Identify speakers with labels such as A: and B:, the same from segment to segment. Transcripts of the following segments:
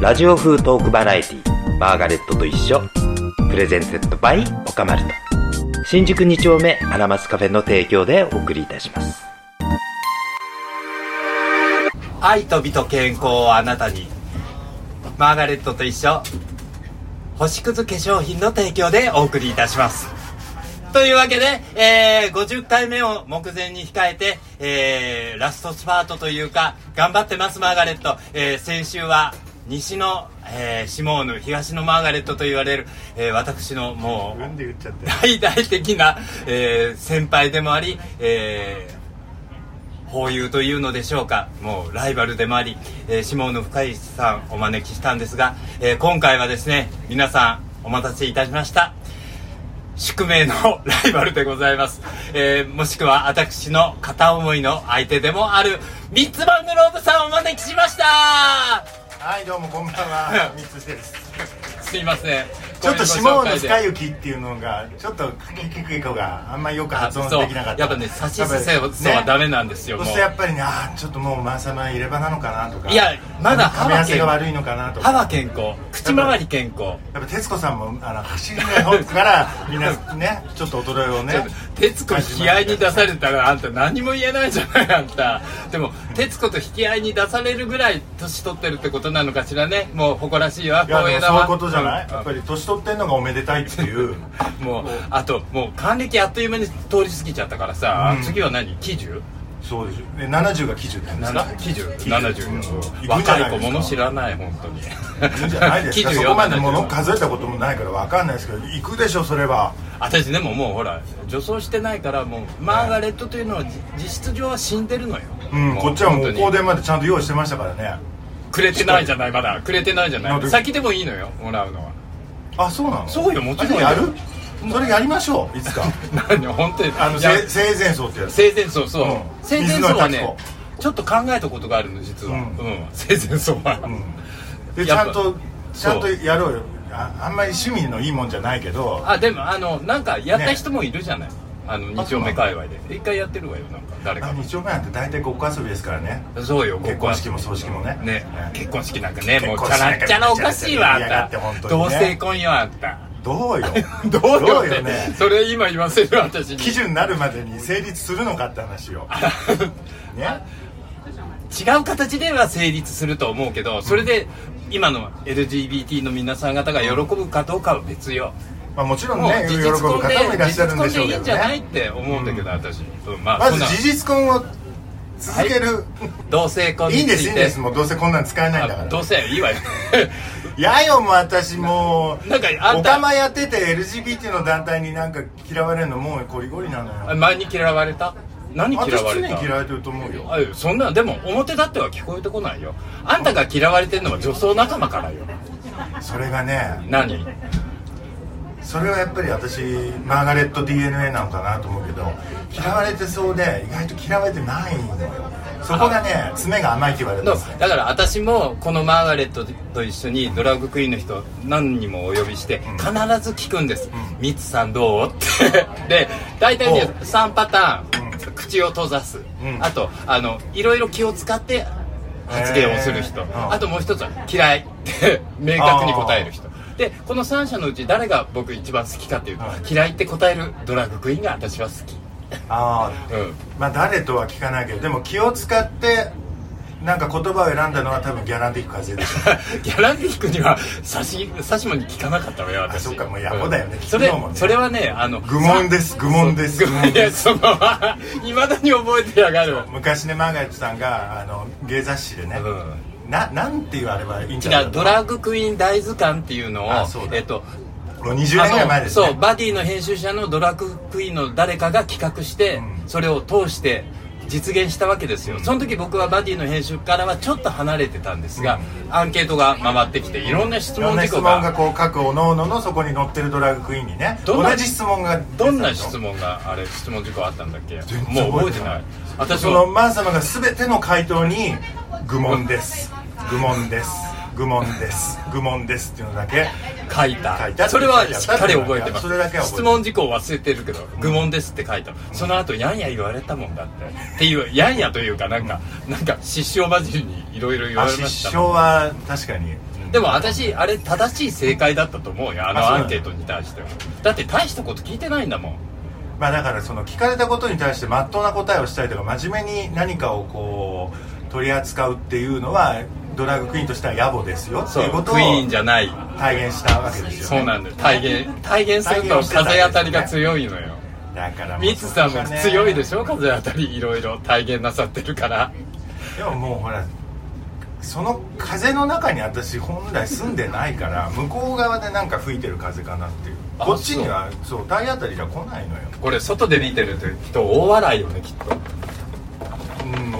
A: ラジオ風トークバラエティマーガレットと一緒プレゼンセットバイオカマルト新宿2丁目アナマスカフェの提供でお送りいたします
B: 愛と美と健康をあなたにマーガレットと一緒星屑化粧品の提供でお送りいたしますというわけで、えー50回目を目前に控えて、えーラストスパートというか頑張ってますマーガレット、えー先週は西の、えーシモーヌ東のマーガレットと言われる、えー私のもう
C: なんで言っちゃって
B: 大々的な、えー先輩でもあり、えー、法友というのでしょうかもうライバルでもあり、えー、シモンの深石さんお招きしたんですが、えー今回はですね皆さんお待たせいたしました宿命のライバルでございます、えーもしくは私の片思いの相手でもあるミッツバングローブさんをお招きしました
C: はいどうもこんば んは三つです
B: すいません
C: ちょっと下
B: ご
C: の
B: めんご紹介で
C: 深雪っていうのがちょっとかけきくい子があんまよく発音できなかった
B: やっぱね差しすせ
C: やっぱ
B: そは
C: ね
B: ダメなんですよ、
C: そ
B: も
C: し
B: う
C: てやっぱりねあーちょっともうマーサマ入れ歯なのかなとか
B: いやまだ歯
C: 噛み合
B: は
C: わせ
B: 健
C: が
B: 康
C: 悪いのかなと
B: 歯
C: か
B: は健康口周り健康
C: やっぱ徹子さんもあの走りの方からみんな ねちょっと衰えを
B: ちょっ
C: ね
B: と 徹子引き合いに出されたらあんた何も言えないじゃないあんたでも徹子と引き合いに出されるぐらい年取ってるってことなのかしらねもう誇らしいわ
C: いや
B: 光
C: で
B: 栄だ
C: もそうい
B: わ
C: うことじゃない、
B: うん
C: やっぱり年取ってんのがおめでたいっていう
B: もうあともう還暦あっという間に通り過ぎちゃったからさ、
C: うん
B: 次は何喜寿
C: そうですよえ70が基準なんですか
B: 喜寿
C: うん
B: 70
C: 行くんじゃ
B: 若
C: ないい
B: 子
C: ですか
B: もの知らない本当に
C: いいんじゃないですか
B: 喜寿
C: そ
B: よ
C: こまで物
B: 70
C: 数えたこともないからわかんないですけど行くでしょそれは
B: 私でももうほら女装してないからもうマーガレットというのはじ実質上は死んでるのよ、
C: うん
B: も
C: こっちはもう
B: 本当
C: 香
B: に
C: 典までちゃんと用意してましたからね
B: くれてないじゃないまだくれてないじゃ
C: な
B: なんい
C: で
B: 先でもいいのよもらうのは
C: あそうなの
B: そうよもちろんよ
C: あやるそれやりましょういつ か
B: 何本当に
C: あの
B: いや
C: せ生前葬ってやつ
B: 生前葬そう、
C: うん
B: 生前葬は
C: 水野
B: ね
C: 拓
B: ちょっと考えたことがあるの実は、う
C: うんん
B: 生前葬は、
C: うんでち
B: やっ
C: ゃ
B: ぱ
C: んとちゃん
B: そ
C: と
B: う
C: やろうよああんまり趣味のいいもんじゃないけど
B: あでもあのなんかやった人もいるじゃない、あの二丁目
C: あそう
B: 界隈で一回やってるわよなんか誰か
C: あ二丁目なんて大体ごっこ遊びですからね
B: そうよ
C: 結婚式も葬式もね
B: ね
C: ね
B: 結婚式なんかねもうチ
C: 結婚
B: ャ
C: 式なん
B: ラ
C: か
B: チャラおかしいわあん
C: 嫌が
B: た
C: って本当にね
B: 同性婚よあんた
C: どうよ
B: どうよってそれ今言わせる私に
C: 基準になるまでに成立するのかって話 をね
B: 違う形では成立すると思うけどそれで今の LGBT の皆さん方が喜ぶかどうかは別よ
C: まあもちろん
B: もう
C: ね喜
B: 事
C: ぶ
B: 実
C: 方
B: 婚で
C: もいらっしゃるんで
B: 事
C: し
B: 実婚でい
C: ょうけ
B: い
C: ど
B: んじゃないっ
C: ね
B: て思うんだけど私うんまあ
C: ま
B: そ
C: ず
B: んな
C: 事実婚を続ける、
B: 同性婚に
C: い、いん
B: つ
C: ですいい
B: い
C: んで
B: て
C: すもうどうせこんなん使えないんだか
B: あ同
C: ら
B: 性いいわよ
C: やよもう私もう
B: なんかあん
C: お
B: た
C: かまやってて LGBT の団体になんか嫌われるのもうゴリゴリなのよ
B: 前に嫌われた何嫌われ
C: 私常
B: た
C: に嫌われてると思うよ
B: あいやそんなでも表だっては聞こえてこないよあんたが嫌われてんのは女装仲間からよ
C: それがね
B: 何
C: それはやっぱり私マーガレット DNA なのかなと思うけど嫌われてそうで意外と嫌われてないのよそこがね爪が甘いって言われて
B: の
C: ます
B: だから私もこのマーガレットと一緒にドラッグクイーンの人何人もお呼びして
C: ん
B: 必ず聞くんです「
C: う
B: ミツさんどう?」ってで大体ね
C: お
B: 3パター
C: う
B: ン口を閉ざす
C: ん
B: あとあのいろいろ気を使って発言をする人
C: へー
B: あともう一つは「嫌い」 って明確に答える人でこの3社のうち誰が僕一番好きかっていうと
C: はい
B: 「嫌い」って答えるドラッグクイーンが私は好き
C: ああ
B: うん
C: まあ誰とは聞かないけどでも気を使ってなんか言葉を選んだのは多分ギャランティック風でしょ
B: ギャランティックには刺し刺しもに聞かなかったわよ私
C: あそっかもう野暮だよね
B: ん
C: 聞
B: そ
C: く
B: れ
C: のもね
B: それはねあの
C: 愚問です愚問です
B: そう
C: 愚問
B: いや
C: で
B: その いまだに覚えてやがる
C: 昔ねマーガレットさんがあの芸雑誌でね、
B: う
C: ななんて言わればいいんじゃな
B: 違
C: い
B: う
C: か
B: ド
C: な
B: ラッグクイーン大図鑑っていうのを
C: あそうだ
B: えっと
C: もう20年ぐらい前ですね
B: そうバディの編集者のドラッグクイーンの誰かが企画して、
C: うん
B: それを通して実現したわけですよ、その時僕はバディの編集からはちょっと離れてたんですが、アンケートが回ってきていろんな質
C: いろ
B: 問
C: んな
B: 事
C: 質
B: 項
C: 問
B: が
C: がこう各おのおののそこに載ってるドラッグクイーンにね
B: どん
C: 同
B: な
C: じ質問が出てた
B: ど
C: の
B: んな質問があれ質問事項あったんだっけ
C: 全然
B: もう覚えてない私
C: その
B: も
C: マー様が全ての回答に愚問です愚問です愚問です愚問ですっていうのだけ
B: 書いた
C: 書いた
B: それはしっかり覚えてます
C: それだけは覚えてます
B: 質問事項忘れてるけど「愚問です」って書いたその後やんや言われたもんだってっていうやんやというかなんかなんか失笑交じりにいろいろ言わ
C: あ
B: れま
C: 失
B: した
C: 笑は確かに、うん
B: でも私あれ正しい正解だったと思うよあの
C: あそ
B: ア
C: うなの
B: ンケートに対してはだって大したこと聞いてないんだもん
C: まあだからその聞かれたことに対して真っ当な答えをしたりとか真面目に何かをこう取り扱うっていうのはドラァグクイーンとしては野暮ですよって
B: そ
C: いううことを
B: クイーンじゃない
C: 体現したわけですよね
B: そうなんだよ体現体現すると風当たりが強いのよ
C: だからもう
B: ミツさんも強いでし
C: ょ
B: ょ風当たりいろいろ体現なさってるから
C: でももうほらその風の中に私本来住んでない から向こう側でなんか吹いてる風かなっていう
B: あ
C: こっちにはそう体当たりじゃ来ないのよ
B: これ外で見てると人大笑いよねきっと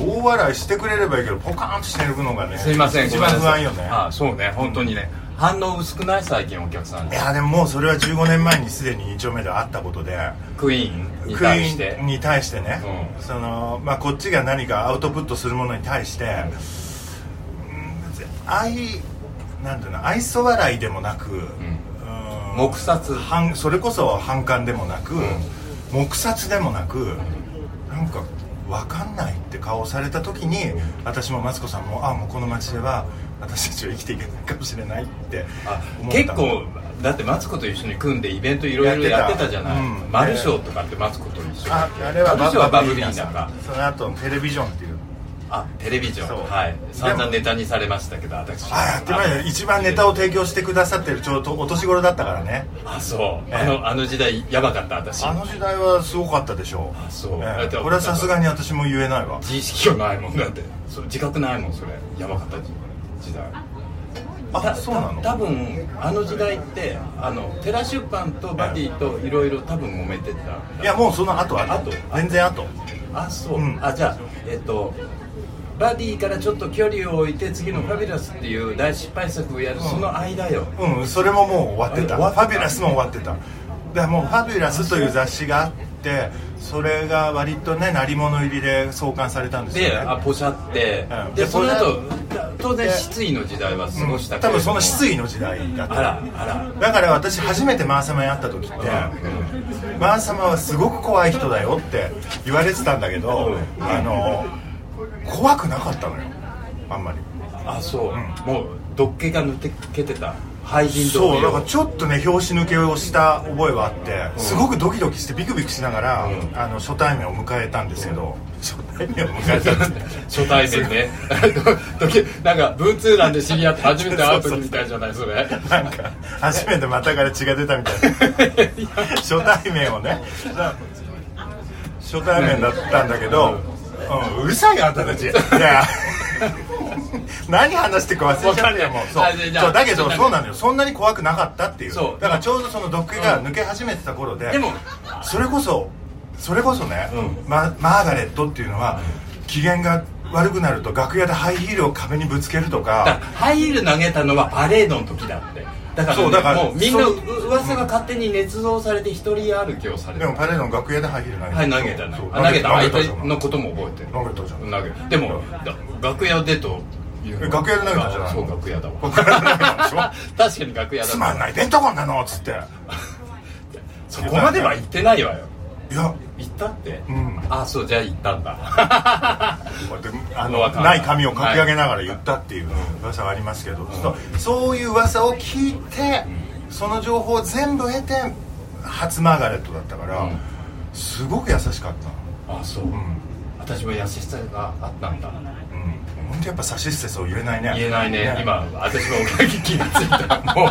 C: うん大笑いしてくれればいいけどポカーンとしてるのがね
B: すいません
C: 一
B: ごめん
C: 番
B: な
C: 不
B: さ
C: 安
B: い
C: よね
B: あそうね本当にね、反応薄くない最近お客さん
C: いやでももうそれは15年前にすでに2丁目で会ったことで
B: クイーンに
C: クイ
B: 対し
C: ー
B: て
C: ンに対してね、
B: うん
C: そのまあ、こっちが何かアウトプットするものに対して、うん、愛なんていうの愛想笑いでもなく、うん
B: 黙殺
C: 反それこそ反感でもなく、黙殺でもなく、なんか分かんないって顔をされた時に私もマツコさんもあもうこの街では私たちは生きていけないかもしれないって
B: あ
C: 思った
B: 結構だってマツコと一緒に組んでイベントいろいろやってたじゃない、
C: うん
B: マルショーとかってマツコと一緒
C: ああれは
B: マルショーはバブリーだ
C: バ
B: か
C: ブリーさんその後テレビジョンっていう
B: あテレビジョ
C: そう
B: ンはい散々ネタにされましたけど私
C: あやってまいり一番ネタを提供してくださってるちょうどお年頃だったからね
B: あそう
C: ええ
B: あのあの時代やばかった私
C: あの時代はすごかったでしょ
B: あそう
C: ええ
B: だって
C: これはさすがに私も言えないわ
B: 自意識がないもんだってそう自覚ないもんそれやばかった時代
C: あ
B: た
C: そうなの
B: た多分あの時代ってあのテラ出版とバディといろいろ多分揉めてた
C: いやもうその後あ
B: 後
C: 全然後
B: あそう、
C: うん
B: あじゃあえっとバディからちょっと距離を置いて次の「ファビュラス」っていう大失敗作をやる、その間よ
C: うんそれももう終わってた
B: あれ終わって
C: フ
B: た
C: ァビュラスも終わってただからもう「ファビュラス」という雑誌があってそれが割とね鳴り物入りで創刊されたんですよ
B: で
C: ね
B: あポシャって、
C: うん
B: で
C: で
B: その後
C: ポ
B: 当然失意の時代は過ごしたけれ
C: 多
B: ども、
C: 分その失意の時代だった
B: あらあら
C: だから私初めてマーサマに会った時ってマーサマはすごく怖い人だよって言われてたんだけどあの怖くなかったのよあんまり
B: あそう、
C: ん
B: もう毒気が抜けてた廃人同
C: そう
B: 様
C: だからちょっとね拍子抜けをした覚えはあってすごくドキドキしてビクビクしながら
B: ん
C: あの初対面を迎えたんですけど初対面を迎えたって
B: 初対面 ねどどなんか文通欄で知り合って初めて会う時みたいじゃないそれ
C: なんか初めて股から血が出たみたいな初対面をね初対面だったんだけど、うん、うるさいよあんたたちいや何話してるか忘れちゃったよもう
B: わ
C: そ
B: かるよあじゃあ
C: うそうだけど
B: じゃあ
C: そうなのよそんなに怖くなかったっていう
B: そう
C: だからちょうどその毒気が抜け始めてた頃で、
B: でも
C: それこそそれこそね、
B: う
C: ママーガレットっていうのは機嫌が悪くなると楽屋でハイヒールを壁にぶつけると
B: だから
C: か
B: ハイヒール投げたのはパレードの時だってだから,、
C: そうだから
B: もうみんな
C: そう
B: う噂が勝手に捏造されて一人歩きをされ
C: で
B: て
C: もパレードの楽屋でハイヒール投げた
B: はい投げたな
C: そう
B: あ投げた相
C: じゃ
B: 手
C: ん
B: のことも覚えてる
C: 投げたじゃん
B: 投げでもだ楽屋でというの
C: え楽屋で投げたんじゃないの
B: そう楽屋だわ
C: 僕らの中でしょ
B: 確かに楽屋だ
C: つまんない弁当こんなのっつってい
B: そこまでは言ってないわよ
C: や
B: 行ったって、
C: うん
B: あそうじゃあ行ったん だ
C: こうやってあ
B: わ
C: の
B: かんな
C: ないい紙を書き上げながら言ったっていう噂はありますけど、そうそういう噂を聞いてその情報を全部得て初マーガレットだったから、
B: うん
C: すごく優しかった
B: あそう、
C: うん、
B: 私も優しさがあったんだ
C: うん、本当やっぱ差し捨てそう言えないね
B: 言えないね今私もおかげ気がついたもう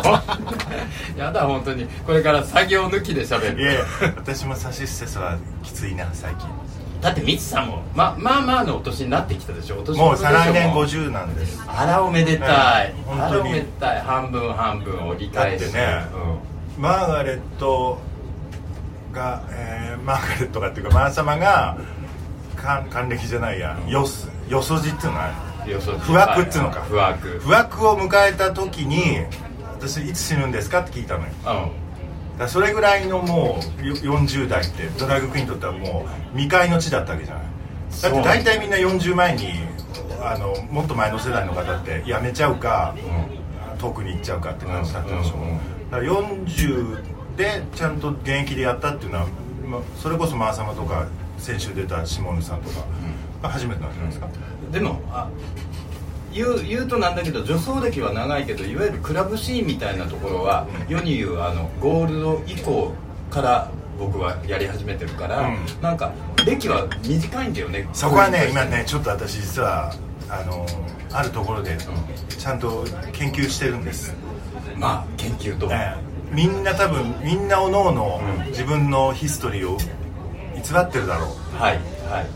B: やだ本当にこれから作業抜きで喋
C: いや
B: る
C: いや私も差し捨てそうはきついな最近
B: だってみつさんもままあまあのお年になってきたでしょお年
C: もう再来年
B: 頃でしょ
C: 50なんです
B: あらおめでたい、
C: ね
B: あ
C: 本
B: ら
C: 当
B: お
C: に
B: めでたい半分半分折り返して
C: だってねマーガレットが、えーマーガレットがっていうかマー様が還還暦じゃないやよすよそじっていうのは
B: うん、よそ
C: 不惑っつうのか
B: 不惑
C: 不惑を迎えた時に私いつ死ぬんですかって聞いたのよ
B: う
C: だからそれぐらいのもうよ40代ってドラァグクイーンにとってはもう未開の地だったわけじゃないだって大体みんな40前にあのもっと前の世代の方って辞めちゃうか、遠くに行っちゃうかって感じだったでしょ、
B: うんうんうん
C: だから40でちゃんと現役でやったっていうのは、まあ、それこそマー様とか先週出たシモーヌさんとかが初めてなんじゃないですか、
B: んでもあ言う言うとなんだけど女装歴は長いけどいわゆるクラブシーンみたいなところは世に言うあのゴールド以降から僕はやり始めてるから、
C: うん
B: なんか歴は短いんだよね
C: そこは
B: 個
C: ね
B: 人と
C: 今
B: して
C: ねちょっと私実はあのあるところでちゃんと研究してるんです、
B: まあ研究と、
C: ええみんな多分みんなおのおの自分のヒストリーを偽ってるだろう
B: はいはい
C: だか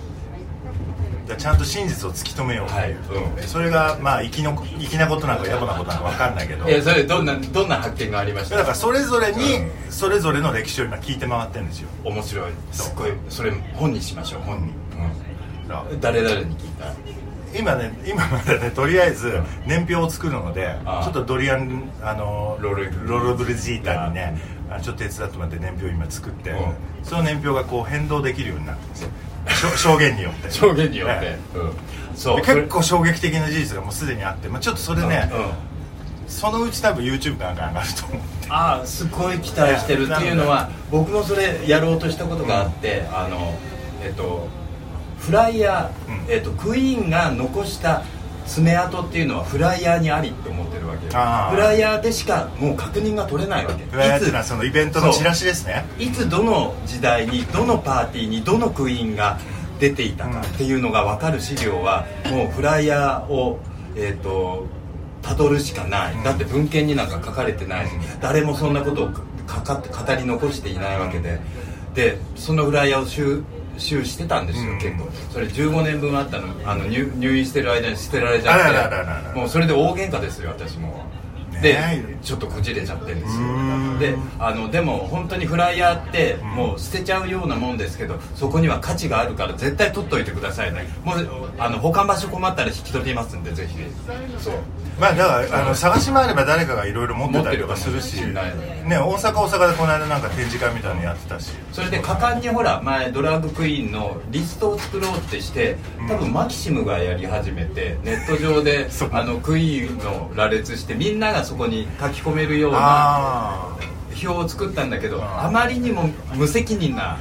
C: らちゃんと真実を突き止めよう、
B: はいうん
C: それがまあ粋の粋なことなのか野暮なことなのか分かんないけど
B: えそれどんなどんな発見がありまし
C: だか
B: た
C: らそれぞれにそれぞれの歴史を今聞いて回ってるんですよ
B: 面白いすっごいそれ本にしましょう本に、
C: だか
B: うん、誰々に聞いた
C: ら今ね今までねとりあえず年表を作るので
B: ああ
C: ちょっとドリアンあの
B: ロレ
C: ロロブルジータにねあちょっと手伝ってもらって年表今作って、
B: うん
C: その年表がこう変動できるようになってるんですよしょ証言によって
B: 証言によって、
C: え
B: うん、
C: え
B: そう
C: で結構衝撃的な事実がもうすでにあって、まあ、ちょっとそれ
B: それ
C: ね、
B: うん
C: そのうち多分 YouTube なんか上がると思う
B: ああすごい期待してるっていうのは僕もそれやろうとしたことがあって、あのえっとフライヤー、
C: うん
B: えっと、クイーンが残した爪痕っていうのはフライヤーにありって思ってるわけよ
C: あー
B: フライヤーでしかもう確認が取れないわけ
C: フライヤーっていう
B: い
C: のはそのイベントのチラシですね
B: ついつどの時代にどのパーティーにどのクイーンが出ていたかっていうのが分かる資料はもうフライヤーをえっとたどるしかない、
C: ん
B: だって文献になんか書かれてないし、誰もそんなことをかかって語り残していないわけで、でそのフライヤーを収集してたんですよ、
C: うん
B: 結構それ15年分あったのあの入入院してる間に捨てられちゃって
C: あららららら
B: もうそれで大喧嘩ですよ私も
C: ね
B: で
C: え
B: ちょっとこじれちゃってるんです
C: うーん
B: よであのでも本当にフライヤーって
C: ん
B: もう捨てちゃうようなもんですけどそこには価値があるから絶対取っといてくださいねもうあの保管場所困ったら引き取りますんでぜひそう
C: まあだからあの探し回れば誰かがいろいろ持ってたりとかするし
B: 持ってる
C: ね
B: かもしれない
C: 大阪大阪でこの間なんか展示会みたいなのやってたし
B: それで果敢にほら前ドラッグクイーンのリストを作ろうってして多分マキシムがやり始めてネット上で
C: そう
B: あのクイーンの羅列してみんながそこに書き込めるような
C: ああ
B: 表を作ったんだけど
C: ん
B: あまりにも無責任な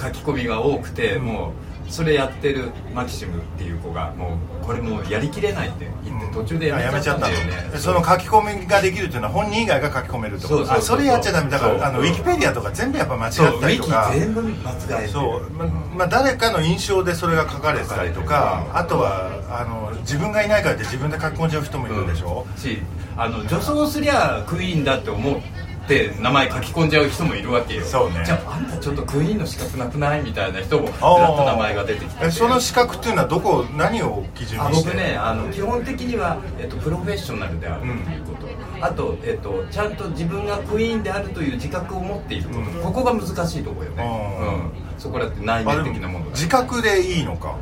B: 書き込みが多くてもうそれやってるマキシムっていう子がもうこれもうやりきれないって言って途中でやめちゃったんだよ
C: あやめちゃった
B: ね
C: のその書き込みができるっていうのは本人以外が書き込めるってこと
B: そうそうそう
C: あそれやっちゃダメだか
B: そう
C: らあのウィキペディアとか全部やっぱ間違っ
B: そうウ
C: たり
B: ィ
C: とか
B: キ全部間違えてる
C: そうままあ、誰かの印象でそれが書かれてたりとかあとはあの自分がいないからって自分で書き込んじゃう人もいるでしょ、
B: しあの女装すりゃクイーンだって思って名前書き込んじゃう人もいるわけよ
C: そうね
B: じゃああんたちょっとクイーンの資格なくないみたいな人もずらっ
C: あ
B: と名前が出てきて
C: えその資格っていうのはどこ何を基準
B: あ
C: にして
B: 僕ねあの基本的には、えっと、プロフェッショナルであるということ、あと、えっと、ちゃんと自分がクイーンであるという自覚を持っていること、
C: うん
B: ここが難しいところよね、
C: うん
B: うん、そこらって内
C: あ
B: 面
C: で
B: 的なものだ
C: 自覚でいいのか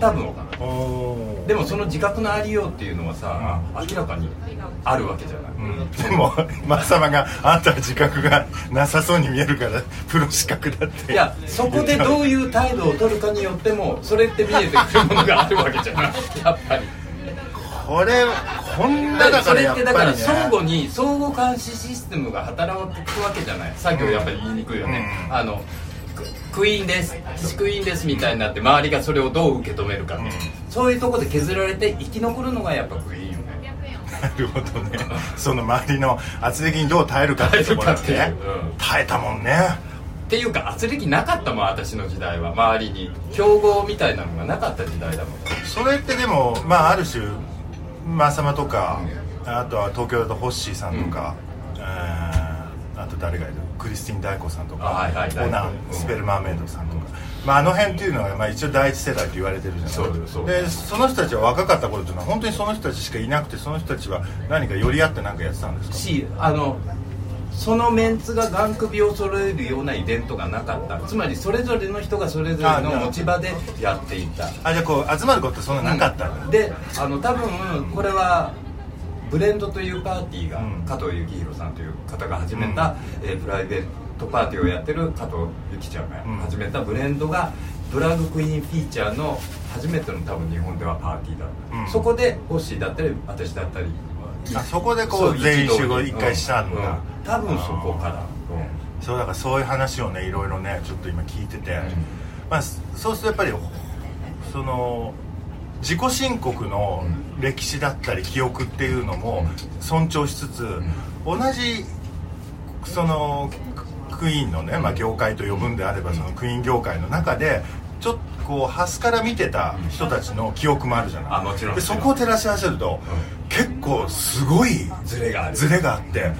B: 多分で
C: でも
B: もその自覚のありようっていうのはさ、明らかにあるわけじゃない、
C: でも マサマがあんたは自覚がなさそうに見えるからプロ資格だって
B: いやそこでどういう態度を取るかによってもそれって見えてくるものがあるわけじゃない やっぱり
C: これこんなだ
B: そ
C: から
B: れ
C: や
B: っ
C: ってぱ
B: だか
C: り
B: ら
C: ね
B: 相互に相互監視システムが働くわけじゃない作業やっぱり言いにくいよね、
C: うん
B: あのククイーンです私クイーンですみたいになって周りがそれをどう受け止めるかって、
C: うん
B: そういうとこで削られて生き残るのがやっぱクイーンよね
C: なるほどねその周りの圧力にどう耐えるかってところだって
B: 耐え
C: ね
B: るかって いううん
C: 耐えたもんね
B: っていうか圧力なかったもん私の時代は周りに競合みたいなのがなかった時代だもん
C: それってでもまあある種マサマとかあとは東京だとホッシーさんとか、えーあと誰がいるクリスティン大子さんとか、
B: あはいはい
C: オ
B: 大
C: ナ
B: 子うん
C: スペルマーメイドさんとか、まあ、あの辺っていうのは、まあ、一応第一世代と言われてるじゃない
B: そうですそうで
C: でその人たちは若かった頃っていうのは本当にその人たちしかいなくてその人たちは何か寄り合って何かやってたんですか
B: しあのそのメンツが眼首を揃えるようなイベントがなかったつまりそれぞれの人がそれぞれの持ち場でやっていた
C: あじゃあこう集まることってそんななかったんだ、
B: であの多分これはブレンドというパーティーが、
C: うん
B: 加藤幸宏さんという方が始めた、えープライベートパーティーをやってる加藤由紀ちゃんが
C: うん
B: 始めたブレンドがドラッグクイーンフィーチャーの初めての多分日本ではパーティーだった、
C: うん
B: そこでホッシーだったり私だったり
C: あそこでこう
B: そ
C: 全員
B: 一堂に
C: 集合一回したんだ
B: うう多分そこから、
C: そうだからそういう話をねいろいろねちょっと今聞いてて、まあそそうするとやっぱりその自己申告の歴史だったり記憶っていうのも尊重しつつ同じそのクイーンのね、まあ、業界と呼ぶんであればそのクイーン業界の中でちょっとこう端から見てた人たちの記憶もあるじゃない
B: あもちろん
C: でそこを照らし合わせると結構すごい
B: ズレがある
C: ズレがあって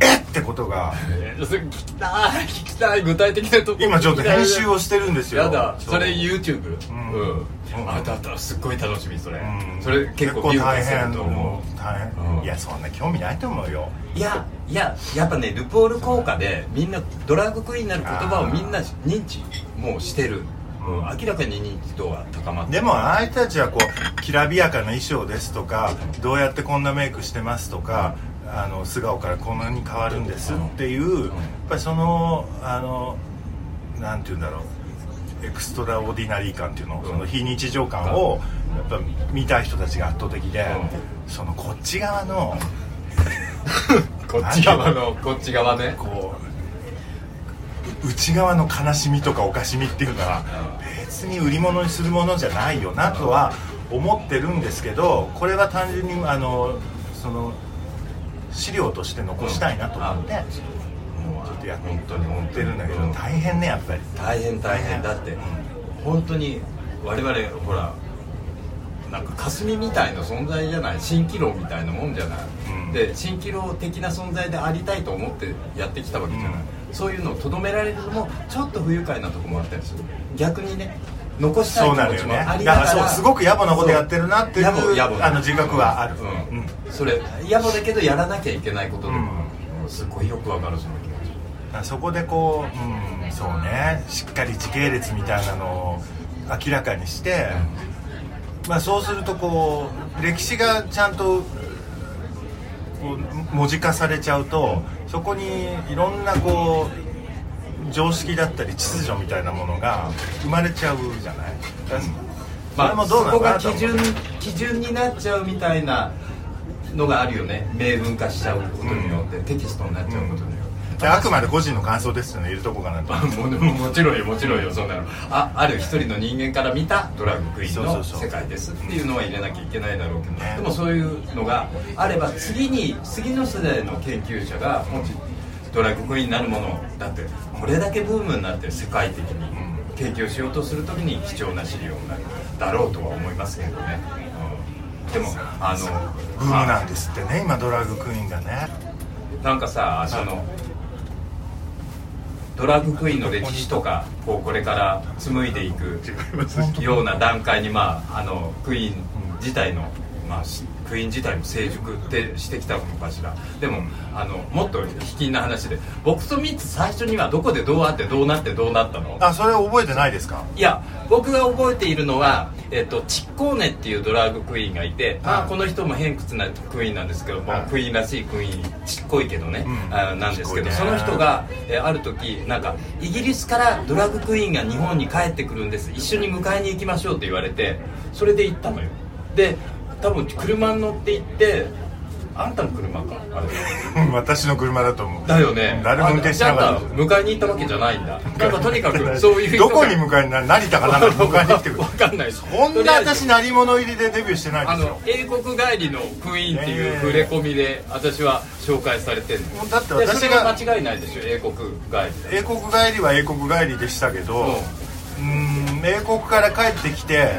C: えっってことが
B: えーそれ聞きたい聞きたい具体的なとこ
C: 今ちょっと編集を
B: し
C: してるんですよ
B: やだ
C: う
B: それ YouTube うんん
C: うん
B: あだったらすっごい楽しみそれ
C: うん
B: それ結構ビュー
C: 大
B: がす
C: 変
B: ると思う
C: 大
B: う
C: 変
B: ん
C: いやそんな興味ないと思うよ
B: いやいややっぱねルポール効果でみんなドラッグクイーンになる言葉をみんな認知もうしてる、うん、明らかに認知度が高まって
C: でもああいう人たちはこうきらびやかな衣装ですとかどうやってこんなメイクしてますとかあの素顔からこんなに変わるんですっていうやっぱりそのあのなんて言うんだろうエクストラオーディナリー感っていうのその非日常感をやっぱ見たい人たちが圧倒的でそのこっち側の
B: こっち側のこっち側ね
C: こう内側の悲しみとかおかしみっていうのは別に売り物にするものじゃないよなとは思ってるんですけどこれは単純にあのその資料として残したいなと思って、
B: うんあ
C: ち
B: もう
C: ょっとやっ
B: 本当に本
C: てるんだけど大変ねやっぱり
B: 大変大変だって本当に我々ほらなんか霞みたいな存在じゃない蜃気楼みたいなもんじゃない、
C: うん
B: で蜃気楼的な存在でありたいと思ってやってきたわけじゃない、そういうのをとどめられるのもちょっと不愉快なとこもあったりする逆にね残したい
C: そうな
B: 気
C: の
B: 持
C: よ
B: ちも
C: ねだ
B: あ
C: か
B: りながら
C: らそうすごく野暮なことやってるなっていう
B: そう野暮野暮
C: あの自覚はある、
B: う
C: うん
B: んそれ野暮だけどやらなきゃいけないことでもある、
C: う
B: すごいよくわかるその気持ち
C: だからそこでこう、うん、そうねしっかり時系列みたいなのを明らかにして、まあ、そうするとこう歴史がちゃんとこう文字化されちゃうとそこにいろんなこう常識だったり秩序みたいなものが生まれちゃうじゃない。だから
B: ま
C: そ
B: あ、そ
C: れもどうなの
B: こ
C: か
B: が
C: なと
B: 基
C: 思う
B: 準基準になっちゃうみたいなのがあるよね明文化しちゃうことによって、テキストになっちゃうことによって、
C: であくまで個人の感想ですよねいるとこかなと
B: あもうでももちろんよもちろんよそんなのあある一人の人間から見たドラッグクイーン
C: そ
B: の
C: うそうそう
B: 世界ですっていうのは入れなきゃいけないだろうけど、
C: ね
B: でもそういうのがあれば次に次の世代の研究者がもしドラッグクイーンになるものだってこれだけブームになって世界的に研究しようとするときに貴重な資料になるだろうとは思いますけどね、うんでもあ の
C: ブームなんですってね今ドラッグクイーンがね
B: なんかさそのドラッグクイーンの歴史とかこうこれから紡いでいくような段階に、まあ、あのクイーン自体の、まあ、しクイーン自体も成熟ってしてきたのかしらでもあのもっと卑近な話で僕とミッツ最初にはどこでどうあってどうなってどうなったの
C: あそれ覚えてないですか
B: いや僕が覚えているのは、えっと、チッコーネっていうドラッグクイーンがいて、まあ、この人も偏屈なクイーンなんですけど、まあ
C: はい
B: クイーンらしいクイーンちっこいけどね、
C: うん
B: あなんですけど
C: ちっ
B: そ
C: こい
B: の
C: ね
B: 人が、えーある時なんかイギリスからドラッグクイーンが日本に帰ってくるんです一緒に迎えに行きましょうって言われてそれで行ったのよで多分車に乗って行ってあんたの車かあ れ
C: うん私の車だと思う
B: だよね
C: 誰も運転しなか
B: あ
C: っ
B: じゃあ
C: た
B: 迎えに行ったわけじゃないんだなんかとにか くそういう人
C: ど
B: が
C: こに迎えにな成田かなんかに迎えに来てくる
B: わかんないです
C: こん
B: とり
C: な私
B: あえず
C: 鳴り物入りでデビューしてない
B: あ
C: んですよ
B: の英国帰りのクイーンっていう触れ込みで私は紹介されてるの
C: だって
B: いや
C: 私が
B: それは間違いないでしょ英国帰り
C: 英国帰りは英国帰りでしたけど
B: うん
C: うーん英国から帰ってきて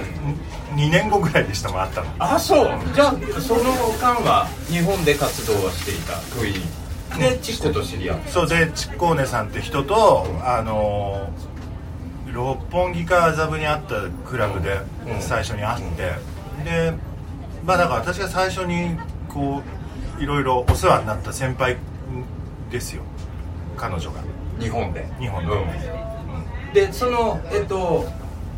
C: 2年後ぐらいでしたもんあったの
B: あそうじゃあその間は日本で活動はしていたクイーンでチッコと知り合って
C: そうでチッコーネさんって人とあのー六本木か麻布にあったクラブで
B: うん
C: 最初に会って、でまあだから私が最初にこういろいろお世話になった先輩ですよ彼女が
B: 日本で
C: 日本で、
B: うんでそのえっと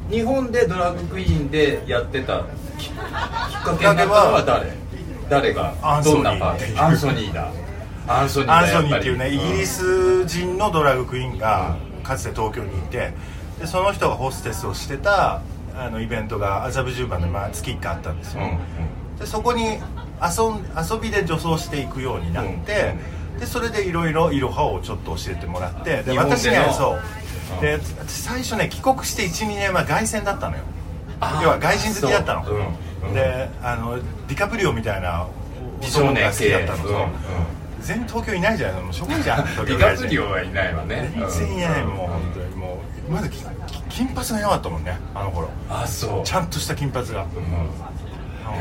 B: 日本でドラッグクイーンでやってたききっかけになったのは誰誰がどんなパーティーア
C: ア
B: ン
C: ン
B: ソ
C: ソ
B: ニーだアンソニーだ
C: アンソニーっていうね、
B: やぱり
C: イギリス人のドラッグクイーンがかつて東京にいてでその人がホステスをしてたあのイベントが麻布十番で、まあ、月1回あったんです
B: うん
C: よ、
B: うん
C: でそこに遊ん遊びで女装していくようになって、でそれでいろいろいろはをちょっと教えてもらってで
B: 日本での
C: 私ねそううんで私最初ね帰国して12年は凱旋だったのよ
B: あー
C: 要は外人好きだったの
B: そううんうん
C: であのディカプリオみたいな
B: 美少年
C: 好き
B: 系
C: だったの、
B: うんうん
C: 全然東京いないじゃないのもうしょぼいじゃん東
B: デ
C: 京
B: ィカ
C: 外人
B: プリオはいないわね
C: 全然いないもう
B: うん
C: 本当にもうまずき金髪が良かったもんねあの頃
B: あそう
C: ちゃんとした金髪が、
B: うん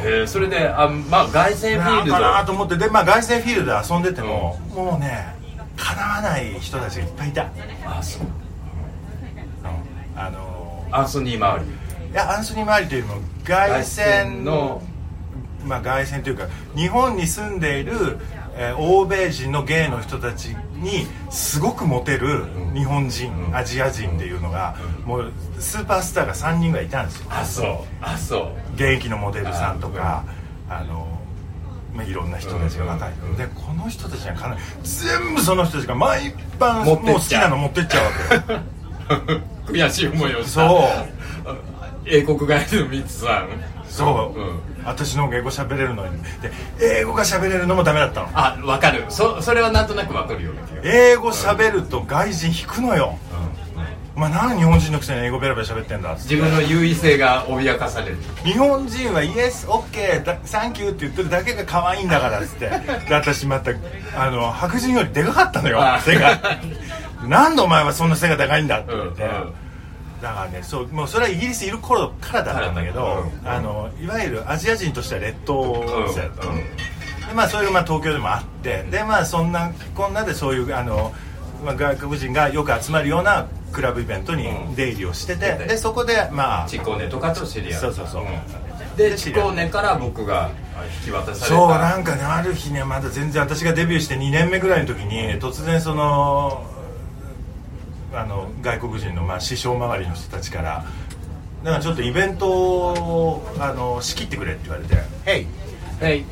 B: えーそれであまあ外線フィ
C: な
B: ー
C: ん
B: ルド
C: かなと思ってでまあ凱旋フィールドで遊んでても、もうねかなわない人たちがいっぱいいた、
B: あそう
C: うんあの
B: アンソニー・マーリー
C: いやアンソニー・マーリーというよりも凱旋
B: の
C: のまあ凱旋というか日本に住んでいる、えー欧米人のゲイの人たちにすごくモテる
B: ん
C: 日本人、
B: うん
C: アジア人っていうのが、もうスーパースターが3人ぐらいいたんですよ
B: あそうあそう
C: 現役のモデルさんとかあの、まあ、いろんな人たちが若い、
B: うんうんうん
C: でこの人たちがかなり全部その人たちが毎晩
B: 持
C: も
B: っ
C: う
B: てっ
C: 好
B: ち
C: き
B: ゃう
C: なの持ってっちゃうわけよ
B: 悔しい思いをした
C: そう
B: 英国帰りのミツさん
C: そう、
B: ん
C: 私の方が英語喋れるのにで英語が喋れるのもダメだったの
B: あわかるそそれはなんとなくわかるような気が
C: 英語喋ると外人引くのよ、お前何日本人のくせに英語ベラベラ喋ってんだっつって
B: 自分の優位性が脅かされる
C: 日本人はイエスオッケーサンキューって言ってるだけが可愛いんだからっつってで私またあの白人よりでかかったのよ
B: あー
C: 背がなんでお前はそんな背が高いんだって言って、
B: うんうん
C: だからねそうもうそれはイギリスいる頃からだったんだけど、
B: うん
C: あのいわゆるアジア人としては劣等生だったの、
B: うんうん
C: でまあそれがまあ東京でもあってでまあそんなこんなでそういうあの、まあ、外国人がよく集まるようなクラブイベントに出入りをしてて、
B: うん
C: でそこでまあ
B: チコーネとかと知り合う
C: そうそうそうん
B: でチコーネから僕が引き渡された
C: そうなんかねある日ねまだ全然私がデビューして2年目ぐらいの時に突然そのあの外国人のまあ師匠周りの人たちからなんかちょっとイベントをあの仕切ってくれって言われて「Hey
B: はい」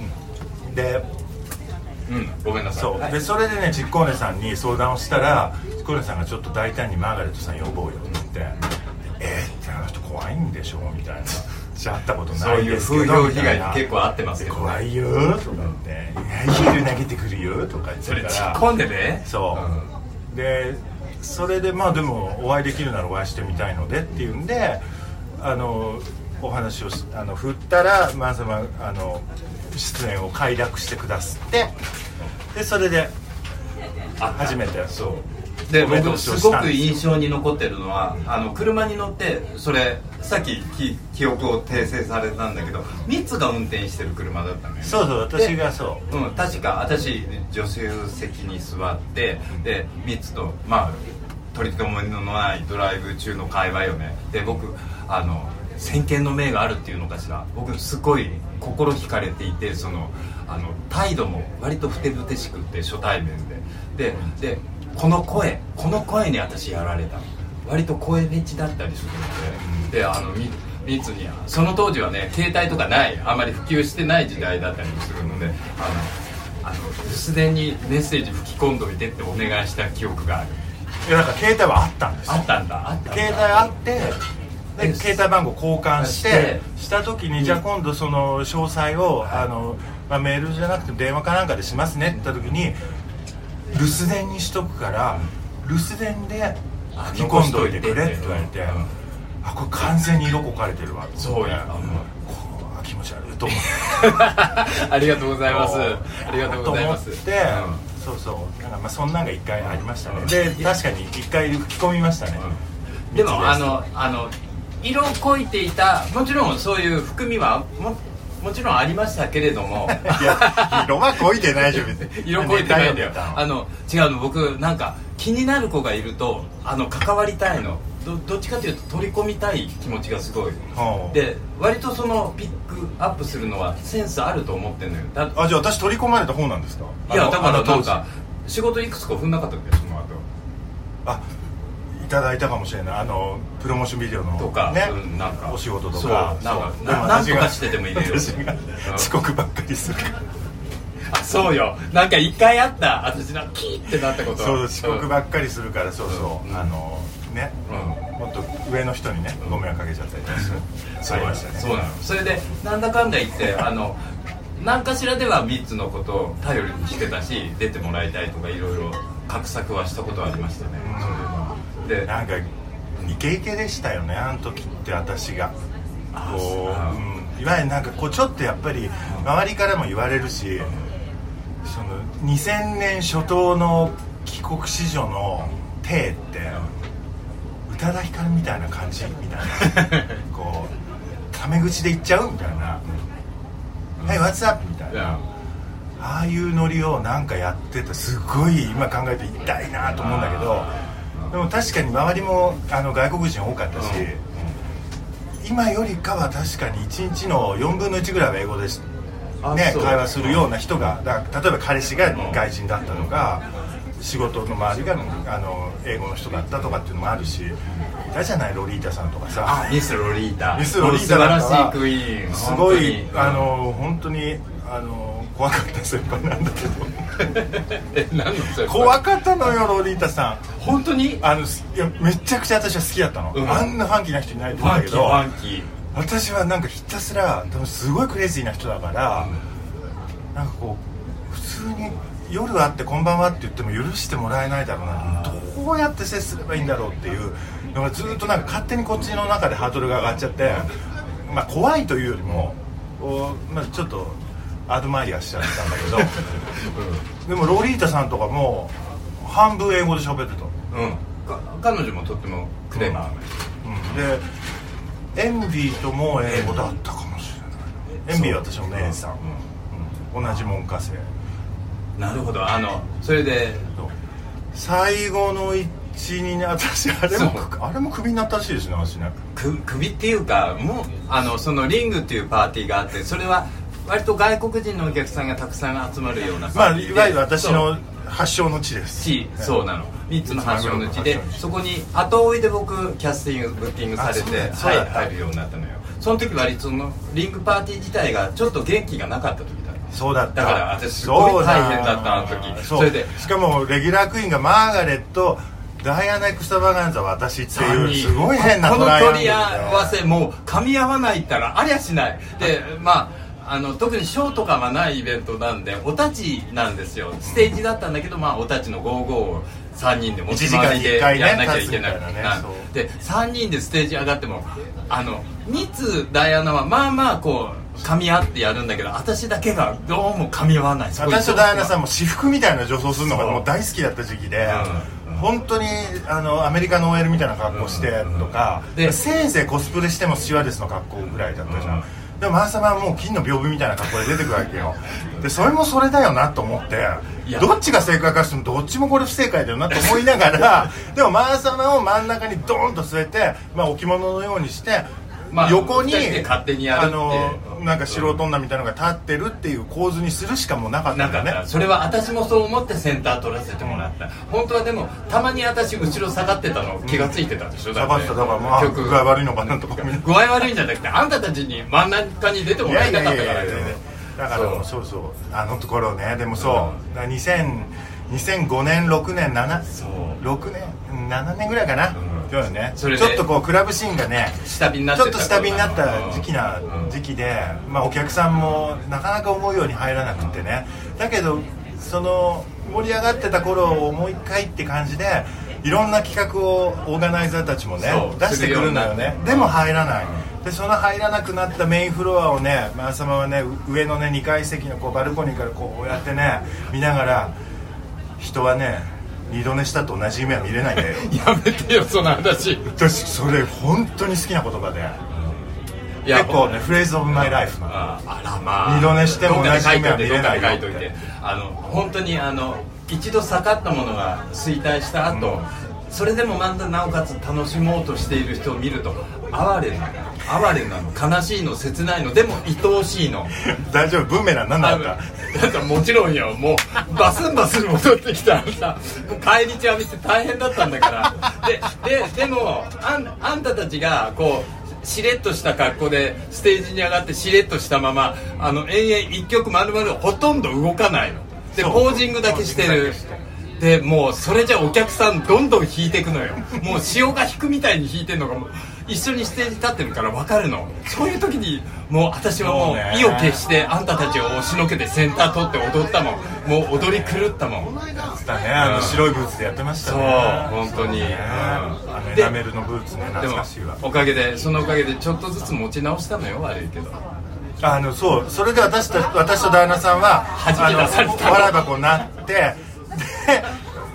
C: で
B: うんごめんなさい
C: そう、
B: はい
C: でそれでね実行根さんに相談をしたら実行根さんがちょっと大胆にマーガレットさん呼ぼうよって言って「えっ?」ってあの人怖いんでしょみたいなじゃあ会ったこと
B: そ
C: な
B: う
C: い
B: いう
C: です
B: 風
C: け
B: 評
C: ど
B: 被害結構あってますけど
C: 怖いよとか言って「ヒール投げてくるよ」とか言って
B: そ
C: た
B: れ
C: か
B: チ
C: ら
B: コーネね
C: そう、でそれでまあでもお会いできるならお会いしてみたいのでっていうんであのお話をしあの振ったらまずはあの出演を快諾してくださってでそれで
B: あ
C: 初めてそう
B: で僕すごく印象に残ってるのはあの車に乗ってそれさっきき記憶を訂正されたんだけどミッツが運転してる車だったのよね
C: そうそう私がそう
B: うん、確か私助手席に座ってでミツとまあ取り留めのないドライブ中の会話よねで僕あの先見の明があるっていうのかしら僕すごい心惹かれていてそのあの態度も割とふてぶてしくって初対面でででこの声この声に私やられた割と声レチだったりするのでであのみ密にその当時はね携帯とかないあまり普及してない時代だったりもするのであのあの留守電にメッセージ吹き込んどいてってお願いした記憶がある
C: いやなんか携帯はあったんですよ
B: あったんだあったんだ
C: 携帯あって
B: で
C: で携帯番号交換し
B: して
C: てした時にじゃあ今度その詳細をあの、まあ、メールじゃなくて電話かなんかでしますねって言った時に留守電にしとくから留守電で吹き込んどいてくれって言われて、
B: うん
C: あこれ完全に色こかれてるわ
B: そうや
C: こうあ気持ち悪いと思って。
B: ありがとうございます
C: そう
B: ありがとうございます
C: と思って、そうそうなんかまあそんなんが一回ありましたね、
B: うん
C: で確かに一回吹き込みましたね、
B: うんでもあのあの色こいていたもちろんそういう含みはももちろんありましたけれども
C: いや色はこいでないでしょ別 に
B: 色濃いってないんだよ
C: ネタ
B: あの違うの僕なんか気になる子がいるとあの関わりたいのどどっちかというと取り込みたい気持ちがすごい
C: ほう
B: で割とそのピックアップするのはセンスあると思ってんのよだい
C: あじゃあ私取り込まれた方なんですかあ
B: や
C: の
B: だから
C: あの当
B: なん
C: 時
B: か仕事いくつか踏んなかったんだよその後
C: あいただいたかもしれないあのプロモーションビデオの
B: とか、
C: ね、
B: うんなんか
C: お仕事と
B: そう
C: か
B: なんか
C: そう
B: な
C: でも
B: なん
C: 私
B: と
C: が
B: かしてでもいいのよ
C: 私が
B: うん
C: 遅刻ばっかりするから
B: あそうよなんか一回あった私なんかキーってなったこと
C: そう遅刻
B: っ
C: ばっかりするからそうそう、
B: うん
C: あのね、もっと上の人にねご迷惑かけちゃったりとかする
B: そう
C: あり
B: なの
C: ましたね
B: そうなのそれでなんだかんだ言ってあの何かしらではミッツのことを頼りにしてたし出てもらいたいとかいろいろ画策はしたことありましたねで
C: なんかイケイケでしたよねあの時って私がこう、うんいわゆるなんかこうちょっとやっぱり周りからも言われるしその2000年初頭の帰国子女の体って宇多田ヒカルみたいな感じみたいなこうタメ口で言っちゃうみたいな「はい What's up?」みたいな。ああいうノリをなんかやってたすごい今考えて痛いなと思うんだけどでも確かに周りもあの外国人多かったし、今よりかは確かに1日の4分の1ぐらいは英語です、
B: あ
C: ね、
B: そう
C: 会話するような人がだから例えば彼氏が外人だったとか仕事の周りがあの英語の人だったとかっていうのもあるしいたじゃないロリータさんとかさ
B: あミスロリータ
C: ミスロリータ
B: 素晴
C: な
B: ら
C: ん
B: し
C: か
B: い
C: は
B: クイーン
C: すごい
B: 本当に
C: あの本当にあの怖かった先輩なんだけど。
B: え何のそれ
C: 怖かったのよロリータさん
B: 本当に
C: あのすいやめちゃくちゃ私は好きだったの、
B: うん
C: あんなファンキーな人いないと
B: フ
C: 思う
B: ァ
C: んだ
B: ン
C: け
B: キーファン
C: ど
B: キー
C: 私はなんかひたすら多分すごいクレイジーな人だから、なんかこう普通に夜会って「こんばんは」って言っても許してもらえないだろうなどうやって接すればいいんだろうっていうのがずっとなんか勝手にこっちの中でハードルが上がっちゃって、まあ、怖いというよりも、こうまあ、ちょっとアドマイヤーしちゃってたんだ けど。でもロリータさんとかも半分英語で喋ってた、
B: うん、うん、か彼女もとってもクレーマー、
C: うん、でエンビーとも英語だったかもしれないエンビーは私の姉さん、うん同じ文科生
B: なるほどあのそれで
C: と最後の一にね私あれも
B: そう
C: あれもクビになったらしいですね私ね
B: く首っていうかもうあのそのリングっていうパーティーがあってそれは割と外国人のお客さんがたくさん集まるようなパ
C: ま
B: ー
C: あ
B: ティーで
C: いわゆる私
B: そう
C: の発祥の地です
B: 地そうなの3つの発祥の地でそこに後追いで僕キャスティングブッキングされて、
C: あそう
B: は
C: だ
B: い、入るようになったのよその時割とそのリングパーティー自体がちょっと元気がなかった時だった
C: そうだった
B: だから私すごい大変だったあの
C: そう
B: 時
C: だ
B: そ
C: そう
B: れで
C: しかもレギュラークイーンがマーガレットダイアナ・エクスタバガンザ私っていうすごい変な
B: この
C: トライアング
B: 取
C: ル
B: り
C: で
B: 合わせもう噛み合わないったらありゃしないでまああの特にショーとかはないイベントなんでお立ちなんですよステージだったんだけど、まあ、お立ちの55を3人で持ち回りで
C: 一時間に一回ね
B: やんなきゃいけなく
C: 立つみたい
B: な
C: な
B: っ
C: ねそう
B: で3人でステージ上がってもあのミツダイアナはまあまあこう噛み合ってやるんだけど私だけがどうも噛み合わないそこに
C: 私とダイアナさんも私服みたいな女装するのがもう大好きだった時期で
B: うん
C: 本当にあのアメリカの OL みたいな格好してとか
B: うんで
C: せいぜいコスプレしてもスチュワーデスの格好ぐらいだったじゃ
B: うん
C: んでもマーサマはもう金の屏風みたいな格好で出てくるわけ よでそれもそれだよなと思って
B: いや
C: どっちが正解かしてもどっちもこれ不正解だよなと思いなが らでもマーサマを真ん中にドーンと据えて、まあ、置物のようにして、
B: まあ
C: 横に
B: 二人で勝手にやるって
C: あのなんか素人女みたいなのが立ってるっていう構図にするしかもうなかった
B: なんん
C: だ
B: か
C: よね
B: ね、それは私もそう思ってセンター取らせてもらった本当はでもたまに私後ろ下がってたの気がついてたでしょ
C: サバスタだからまあ
B: 曲
C: 具合悪いのかなとか見な
B: 具合悪いんじゃなくてあんたたちに真ん中に出ても
C: い
B: ら
C: や
B: え
C: い
B: な
C: やい
B: かっ
C: やい
B: たから
C: や
B: ね
C: だからもうそうそうあのところねでもそう、だから2000 2005年6年
B: そ
C: 7
B: う
C: 6年うん7年ぐらいかな、
B: うん
C: 今日ねち
B: それ
C: ょ
B: で
C: っとこうクラブシーンがね
B: 下火になって
C: ちょ
B: た
C: っと下火になった時期な
B: うん
C: 時期で、まあ、お客さんもなかなか思うように入らなくってねだけどその盛り上がってた頃をもう一回って感じでいろんな企画をオーガナイザーたちもね
B: そう
C: 出してくるんだよ
B: するよう
C: ね
B: になって
C: でも入らないでその入らなくなったメインフロアをねマーサマはねう上のね2階席のこうバルコニーからこうやってね見ながら人はね二度寝したと同じ夢は見れないんだよ
B: やめてよその話い
C: 私それ本当に好きな言葉で
B: や
C: 結構ねフレーズ・オブ・マイ・ライフなの
B: ああらまあ
C: 二度寝しても同じ夢は見れないよ
B: どっかで書いといてどっかで書いといてあの本当にあの一度下がったものが衰退した後、それでもまだなおかつ楽しもうとしている人を見ると哀れなの哀れなの悲しいの切ないのでも愛おしいの
C: 大丈夫ブーメランなんなかった
B: だからもちろんよもうバスンバスン戻ってきたらさもう帰り道見て大変だったんだからでででもあんあんたたちがこうしれっとした格好でステージに上がってしれっとしたままあの延々一曲丸々ほとんど動かないので
C: そう
B: ポージングだけして
C: ポージン
B: る
C: グだけして
B: でもうそれじゃお客さんどんどん引いていくのよもう潮が引くみたいに引いてんのがもう一緒にステージ立ってるから分かるのそういう時にもう私はも
C: そうね
B: う意を決してあんたたちを押しのけてセンター取って踊ったもんもう踊り狂ったもん
C: だねあの白いブーツでやってましたね
B: そう本当に
C: ね
B: うん
C: あのエ
B: で
C: ナメルのブーツ
B: で
C: ね懐
B: も
C: かしいわ
B: おかげでそのおかげでちょっとずつ持ち直したのよ悪いけど
C: あのそうそれで私と私と旦那さんは
B: 弾き出された
C: あの笑い箱になってで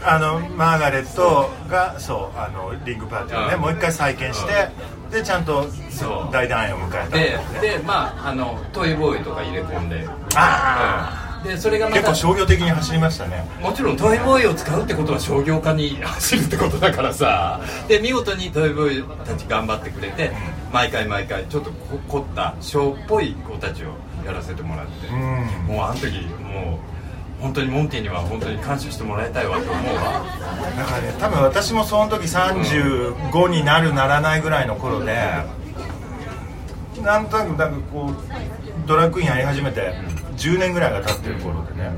C: あのマーガレットがそうあのリングパーティーをね、
B: うん
C: もう一回再建して、でちゃんと
B: そう
C: 大団円を迎えた
B: ででまああのトイボーイとか入れ込んで、
C: あ
B: うんでそれが
C: ー
B: ま
C: 結
B: た
C: 構商業的に走りましたね
B: もちろんトイボーイを使うってことは商業化に走るってことだからさで見事にトイボーイたち頑張ってくれて毎回毎回ちょっとこ凝ったショーっぽい子たちをやらせてもらって、
C: うん
B: もうあの時もう本当にモンティには本当に感謝してもらいたいわと思うわ
C: だからね多分私もその時35になるならないぐらいの頃でなんとなくなんかこうドラッグインやり始めて10年ぐらいが経ってる頃でね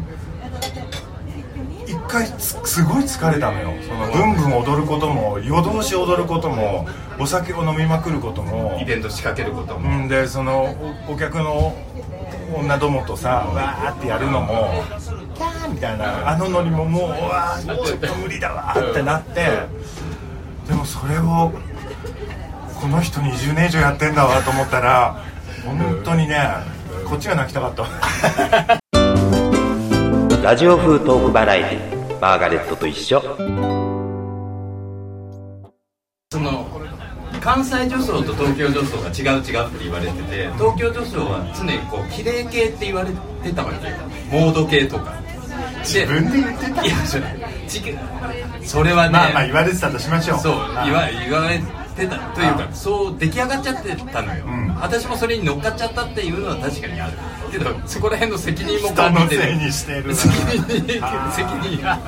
C: 一回つすごい疲れたのよそのブンブン踊ることも夜通し踊ることもお酒を飲みまくることも
B: イベント仕掛けることも
C: うんでそのおお客の女どもとさわーってやるのもキャーみたいなあのノリももううわーちょっと無理だわーってなってでもそれをこの人20年以上やってんだわと思ったら本当にねこっちが泣きたかった
A: ラジオ風トークバラエティマーガレットと一緒
B: その関西女装と東京女装が違う違うって言われてて東京女装は常にこう綺麗系って言われてたわけよモード系とか自
C: 分で言ってた
B: いやそれそれはね、
C: まあまあ言われてたとしましょう
B: そう
C: あ
B: 言わ言われてたというかそう出来上がっちゃってたのよ、
C: ん
B: 私もそれに乗っかっちゃったっていうのは確かにあるけどそこら辺の責任も
C: 人
B: 感
C: の
B: じて
C: せいにしてるな
B: 責任責任が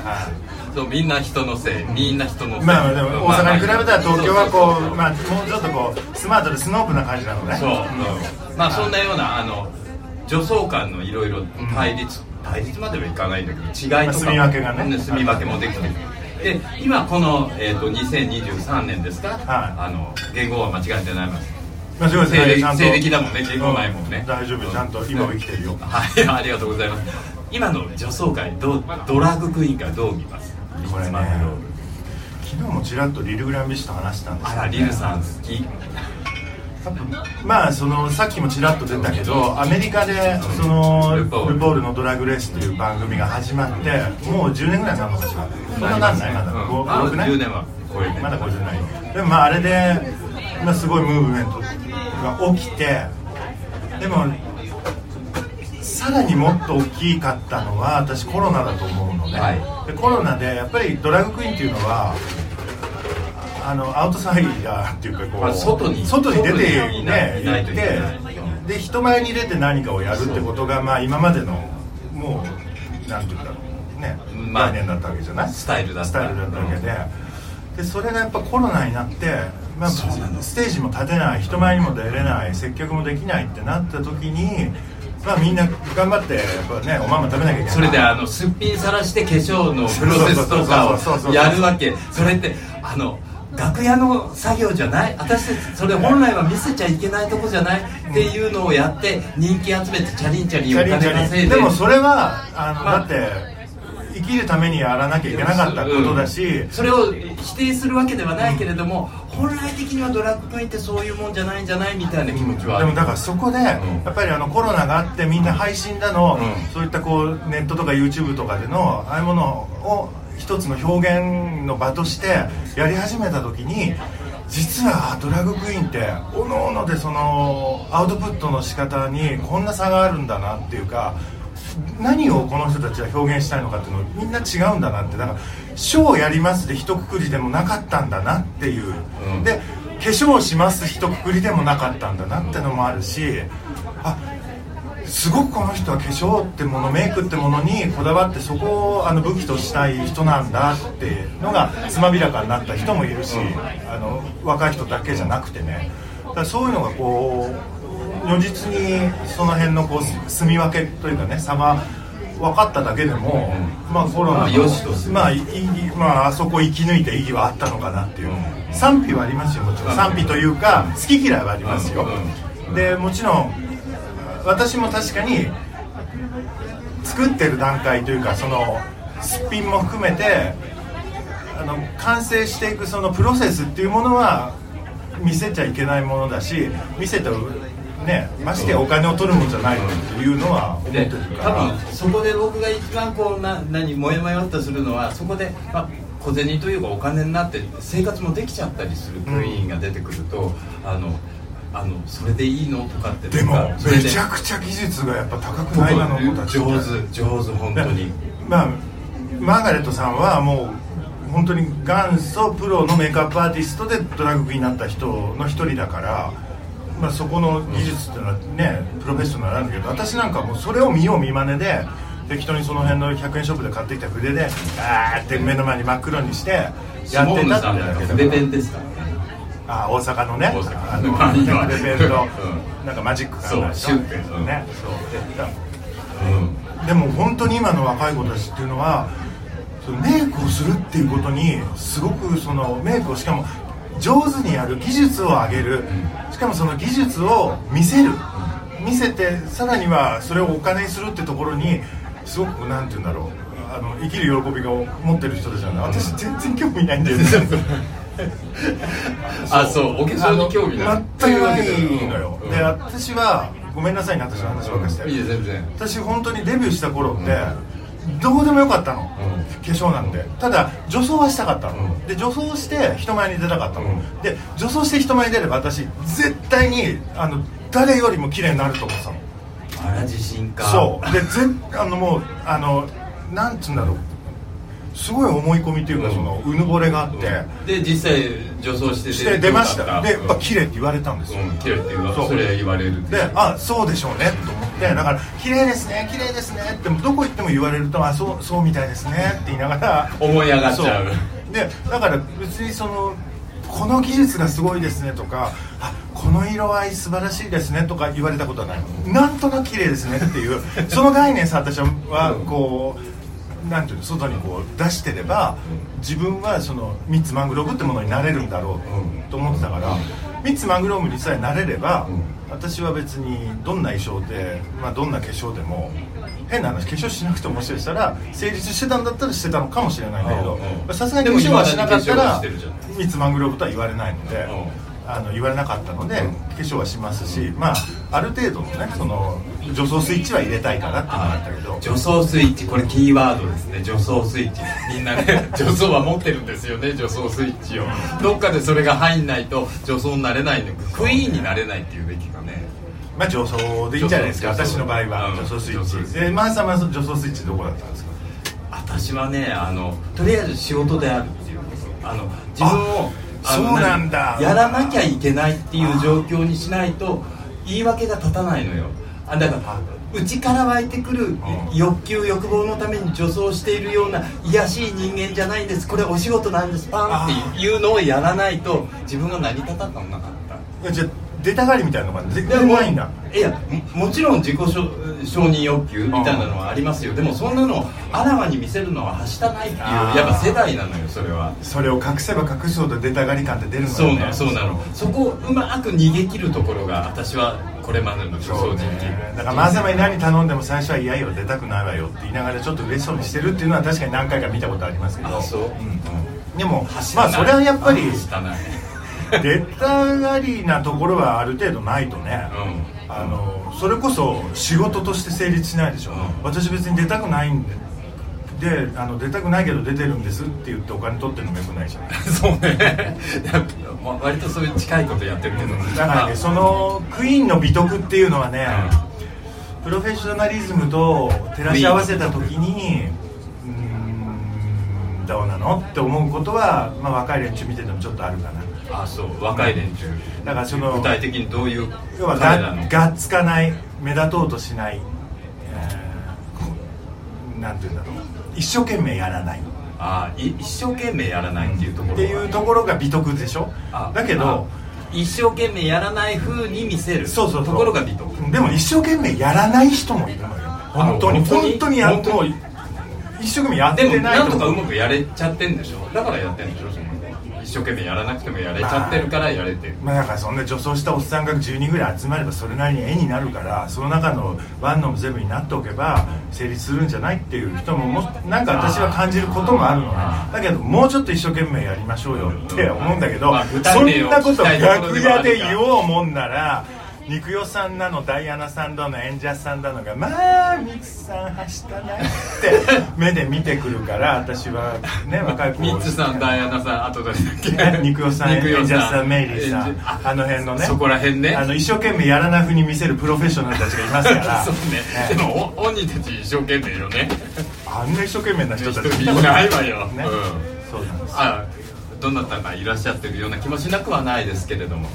B: そうみんな人のせいみんな人のせい
C: まあでも大阪に比べたら東京はこ
B: そう
C: うまあもうちょっとこうスマートでスノープな感じなのね
B: そう、まあそんなようなあの女装間のいろいろ対立、対立まではいかないんだけど違いとかも
C: 住み分けがね
B: うん住み分けもできてるで今この、えー、と2023年ですか、あの言語は間違えてないます
C: まあ、すごいですね
B: 西暦
C: ちゃん
B: 西暦だも
C: と
B: んね言語ないもんね
C: う大丈夫ちゃんと今は生きてるよ
B: はい ありがとうございます今の女装界どうドラッグクイーンからどう見ます
C: これね
B: マクロール
C: 昨日もちらっとリル・グランビッシュと話したんです
B: あ
C: けど
B: らリルさん好き
C: まあそのさっきもちらっと出たけどアメリカでその
B: ル
C: ル
B: ポー
C: ポ
B: ル
C: ールのドラグレースという番組が始まってもう10年ぐらいなのかしらそんななんないまだ
B: うん
C: 5
B: まだ
C: 6年
B: 10年は超えて
C: まだ50ないでもまああれで、まあ、すごいムーブメントが起きてでもさらにもっと大きかったのは私コロナだと思うのね、
B: は
C: でコロナでやっぱりドラッグクイーンっていうのはあのアウトサイダーっていうかこ
B: あ
C: う
B: 外に
C: 出て
B: 外にいない
C: ね
B: いないと
C: 行
B: い
C: っ
B: けない
C: てで人前に出て何かをやるってことがまあ今までのもうなんていうんだろうね、
B: まあ
C: 概念だったわけじゃない
B: スタイルだった
C: スタイルだったわけで、でそれがやっぱコロナになって、まあ、
B: そうなの
C: ステージも立てない人前にも出れない接客もできないってなった時に、まあ、みんな頑張ってやっぱ、ね、おまんま食べなきゃいけない
B: それであのすっぴんさらして化粧のプロセスとか
C: そうそうそうそうそうそうそ
B: を
C: う
B: やるわけそれってあの楽屋の作業じゃない私たちそれ本来は見せちゃいけないとこじゃないっていうのをやって人気集めてチャリンチャリンお金稼いで
C: でもそれはあの、
B: まあ
C: だって生きるためにやらなきゃいけなかったことだし、
B: うんそれを否定するわけではないけれども本来的にはドラッグクイーンってそういうもんじゃないんじゃないみたいな気持ちはあ
C: で
B: る
C: もだからそこで、やっぱりあのコロナがあってみんな配信だの、
B: うん
C: そういったこうネットとか YouTube とかでのああいうものを一つの表現の場としてやり始めた時に実はドラッグクイーンっておのおのでそのアウトプットの仕方にこんな差があるんだなっていうか何をこの人たちは表現したいのかっていうのみんな違うんだなってだから「ショーをやります」で一括りでもなかったんだなっていう、
B: うん
C: で化粧をします一括りでもなかったんだなってのもあるしあすごくこの人は化粧ってものメイクってものにこだわってそこをあの武器としたい人なんだっていうのがつまびらかになった人もいるし、あの若い人だけじゃなくてねだからそういうのがこう如実にその辺のこうす住み分けというかね差は分かっただけでも、まあコロナの
B: まあ良しとする
C: まあいいまああそこ生き抜いた意義はあったのかなっていう、賛否はありますよもちろん賛否というか好き嫌いはありますよ、でもちろん私も確かに作ってる段階というかそのすっぴんも含めてあの完成していくそのプロセスっていうものは見せちゃいけないものだし見せたねましてやお金を取るもんじゃないっていうのは思っ
B: で
C: てる
B: 多
C: か
B: 分そこで僕が一番こうな何モヤモヤっとするのはそこで、まあ、小銭というかお金になって生活もできちゃったりするクイーンが出てくると、あのあのそれでいいのとかって
C: らで
B: なん
C: も
B: かそれ
C: め
B: で
C: ちゃくちゃ技術がやっぱ高くないなの子たち
B: 上手上手本当に
C: まあマーガレットさんはもう本当に元祖プロのメイクアップアーティストでドラッグクイーンになった人の一人だから、まあ、そこの技術っていうのはね、プロフェッショナルなんだけど私なんかもうそれを見よう見まねで適当にその辺の100円ショップで買ってきた筆であーって目の前に真っ黒にして やってた
B: シ
C: っ
B: モ
C: て
B: ーヌさんなんか筆ペンですからね
C: あ大阪のね
B: 大阪
C: あ の
B: まあ今
C: レベルの
B: う
C: なんかマジックか
B: そうシュッてうん
C: ねそうで
B: うん
C: でも本当に今の若い子たちっていうのはそのメイクをするっていうことにすごくそのメイクをしかも上手にやる技術を上げるしかもその技術を見せる見せてさらにはそれをお金にするってところにすごくなんて言うんだろうあの生きる喜びを持ってる人たちなんで私全然興味ないんだよね
B: あそうお化粧に興味ない
C: 全くないのよ、
B: うん
C: で私はごめんなさいね私の話ばっかりして、
B: いいえ全然
C: 私本当にデビューした頃って、どうでもよかったの、
B: うん
C: 化粧なんでただ女装はしたかったの、
B: うん
C: で女装して人前に出たかったの、
B: うん
C: で女装して人前に出れば私絶対にあの誰よりも綺麗になると思ってたの
B: あら自信か
C: そうでぜあのもうあのなんつうんだろうすごい思い込みっていうか、
B: うん
C: そのうぬぼれがあって、
B: で実際女装して
C: して出ましたでやっぱ
B: き
C: 綺麗って言われたんですよ、
B: うん綺麗っていうのは
C: そう
B: それ言われるって
C: で
B: いう
C: あそうでしょうねと思ってだから綺麗ですね綺麗ですねってどこ行っても言われるとあそうそうみたいですねって言いながら
B: 思い上がっちゃう
C: そうでだから別にそのこの技術がすごいですねとかあこの色合い素晴らしいですねとか言われたことはないなんとなく綺麗ですねっていうその概念さ私はこうなんていうの外にこう出してれば自分はそのミッツマングローブってものになれるんだろうと思ってたからミッツマングローブにさえなれれば私は別にどんな衣装で、まあ、どんな化粧でも変な話化粧しなくてももしかしたら成立してたんだったらしてたのかもしれないんだけど
B: うんうん
C: さすがに化粧はしなかった
B: でも今
C: ら
B: はしてるじゃない
C: ミツマングローブとは言われないので、
B: う
C: あの言われなかったので、
B: うん
C: 化粧はしますし、まあある程度のねその女装スイッチは入れたいかなっていうのがあったけど
B: 女装スイッチこれキーワードですね女装スイッチみんなね女装は持ってるんですよね女装スイッチをどっかでそれが入んないと女装になれないのクイーンになれないっていうべきかね
C: まあ女装でいいんじゃないですか
B: 女装
C: 私の場合は、
B: うん
C: 女装スイ
B: 女装
C: ッ
B: スイ
C: チ
B: ッチ
C: でマーサーマー女装スイッチどこだったんですか
B: 私はねあのとりあえず仕事であるっていうあの自分を
C: あ
B: あの
C: そうなんだ
B: 何やらなきゃいけないっていう状況にしないと言い訳が立たないのよあだから内から湧いてくる欲求欲望のために女装しているような卑しい人間じゃないんですこれお仕事なんですパンっていうのをやらないと自分が成り立たなかった
C: いやじゃあ出たがりみたいなのが全
B: で
C: 然
B: も
C: ないんだ
B: いやももちろん自己承承認欲求みたいなのはありますよでもそんなのをあらわに見せるのははしたないっていう
C: あー
B: やっぱ世代なのよそれは
C: それを隠せば隠すほど出たがり感って出るの
B: そう
C: ね
B: なのそうなのそこをうまく逃げ切るところが私はこれまでの女
C: そ
B: 装
C: う
B: 人気
C: ねだからマーサマに何頼んでも最初は「いやよ出たくないわよ」って言いながらちょっと嬉しそうにしてるっていうのは確かに何回か見たことありますけど
B: あそう、
C: でも
B: はした
C: ま
B: ない
C: あそれはやっぱり
B: はしたない
C: 出たがりなところはある程度ないとね、
B: う
C: あのそれこそ仕事として成立しないでしょ、
B: うん
C: 私別に出たくないんでであの出たくないけど出てるんですって言ってお金取ってるのもよくないじゃない
B: そうね まあ割とそういう近いことやってるけど、
C: だからねそのクイーンの美徳っていうのはね、プロフェッショナリズムと照らし合わせた時にうーんどうなのって思うことは、まあ、若い連中見ててもちょっとあるかな
B: ああそう若い連中
C: だからその
B: 具体的にどういう
C: 要は
B: 彼らの
C: ががっつかない目立とうとしない、えーこうなんて言うんだろう一生懸命やらないっ
B: ああい一生懸命やらないっていうところは
C: ていうところが美徳でしょ
B: あ
C: だけ
B: あ
C: ど
B: 一生懸命やらない風に見せる
C: そうそうそう
B: ところが美徳
C: でも一生懸命やらない人もいるのよ本当に
B: 本当に
C: 本当にやっ
B: 本当
C: もう
B: に
C: 一生懸命やって
B: でも
C: ない
B: なんとかう
C: 思う
B: まくやれちゃってんでしょだからやってんでしょその一生懸命やらなくてもやれちゃってるからやれてる、
C: まあなんかそんな女装したおっさんが10人ぐらい集まればそれなりに絵になるからその中のワンの全部になっておけば成立するんじゃないっていう人ももなんか私は感じることもあるのねだけどもうちょっと一生懸命やりましょうよって思うんだけど、
B: まあ具体
C: そん
B: 例を
C: なこと
B: 聞きたいところ
C: 楽
B: ではあ
C: 屋
B: る
C: で
B: が
C: 言おうもんなら肉代さんなのダイアナさんだの演者さんだのが「まあミツさんはしたない」って目で見てくるから私はね若い子
B: ミッツさんダイアナさんあと誰だっけ
C: ね 肉代さん、
B: 肉
C: エ
B: 代
C: ンジャーさん、メイリーさ
B: エンジャ
C: ん、あの辺のね、
B: そこら辺ね
C: あの一生懸命やらなふうに見せるプロフェッショナルたちがいますか ら、
B: そうねで
C: ね
B: もお鬼たち一生懸命よね
C: あんな一生懸命な人
B: 人
C: たち
B: いないわよ、
C: ね
B: うん
C: そうなんです。
B: あどなたかいらっしゃってるような気もしなくはないですけれども、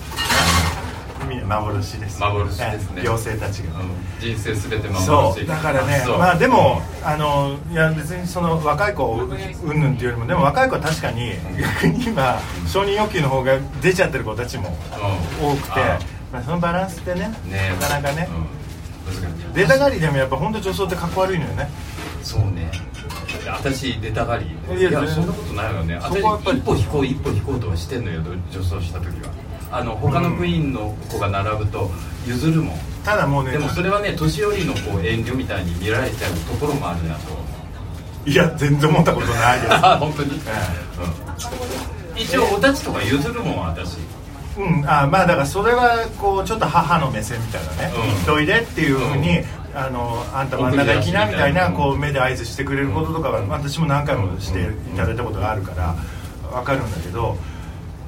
C: 海の幻です。
B: 幻ですね
C: 妖精たちが。
B: うん人生すべて守る
C: そうだからね
B: そう
C: まあでもあのいや別にその若い子をうんぬんっていうよりもでも若い子は確かに逆に今承認欲求の方が出ちゃってる子たちも多くて
B: あ
C: まあそのバランスってね
B: ね
C: なかなかね、
B: うん難しい
C: 出たがりでもやっぱ本当女装ってかっこ悪いのよね
B: そうね私出たがり
C: いや
B: いや
C: 全然
B: そんなことないよね
C: そ
B: 私
C: こはやっぱり
B: 一歩引こう一歩引こうとはしてんのよ女装した時はあの他の部員の子が並ぶと譲るもん
C: ただもうね
B: でもそれはね年寄りのこう遠慮みたいに見られちゃうところもあるなと
C: いや全然思ったことないです
B: あ 本当に、
C: え
B: うん一応お立ちとか譲るもん私
C: うんあまあだからそれはこうちょっと母の目線みたいなね
B: うん
C: 「行っといで」っていうふうに、あのあんた真ん中行きなみたいな
B: うん
C: こう目で合図してくれることとかは私も何回もしていただいたことがあるから分かるんだけど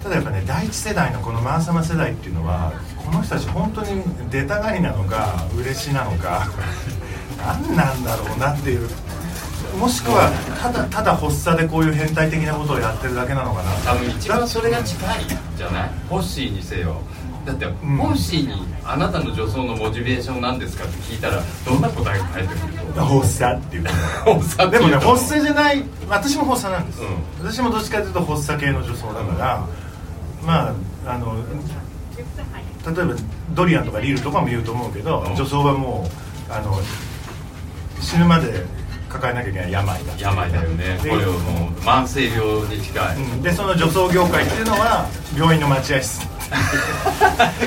C: ただやっぱね第一世代のこのマンサマ世代っていうのはこの人たち本当に出たがりなのか嬉しなのか 何なんだろうなっていうもしくはただただ発作でこういう変態的なことをやってるだけなのかな
B: 多分一番それが近いじゃないホッシーにせよだって、
C: ん
B: ホッシーに「あなたの女装のモチベーションなんですか?」って聞いたらどんな答えが返ってくると
C: 発作っていう
B: 発作って
C: で
B: い
C: も
B: う
C: ね
B: の
C: 発作じゃない私も発作なんです、
B: う
C: 私もどっちかというと発作系の女装だから、まああの例えばドリアンとかリールとかも言うと思うけど、
B: うん
C: 女装はもうあの死ぬまで抱えなきゃいけない病だ
B: 病だよねこ
C: で
B: れをもう慢性病に近 い、
C: うんでその女装業界っていうのは病院の待合室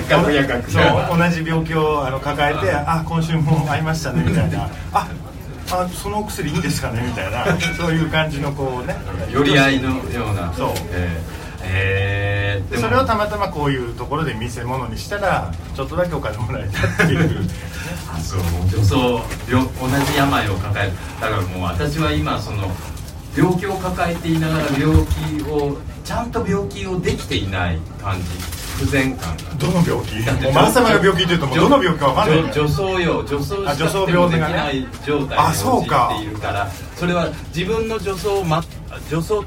B: 楽屋 楽
C: そう
B: 屋
C: 同じ病気をあの抱えて「あ今週も会いましたね」みたいな「ああそのお薬いいんですかね」みた いなそういう感じのこうね
B: 寄り合いのような
C: そう
B: えーえー
C: で
B: も
C: それをたまたまこういうところで見せ物にしたらちょっとだけお金もらえたっていう
B: あそう女装病同じ病を抱えるだからもう私は今その病気を抱えていながら病気をちゃんと病気をできていない感じ不全感が
C: どの病気もうマンサマが病気っていうともうどの病気かわかんない
B: 女女装よ女装
C: あ女
B: した
C: 装
B: っても
C: 病
B: でき
C: 気がね
B: ない状態
C: あそう
B: に
C: か
B: 陥っているからそれは自分の女装を、ま、女装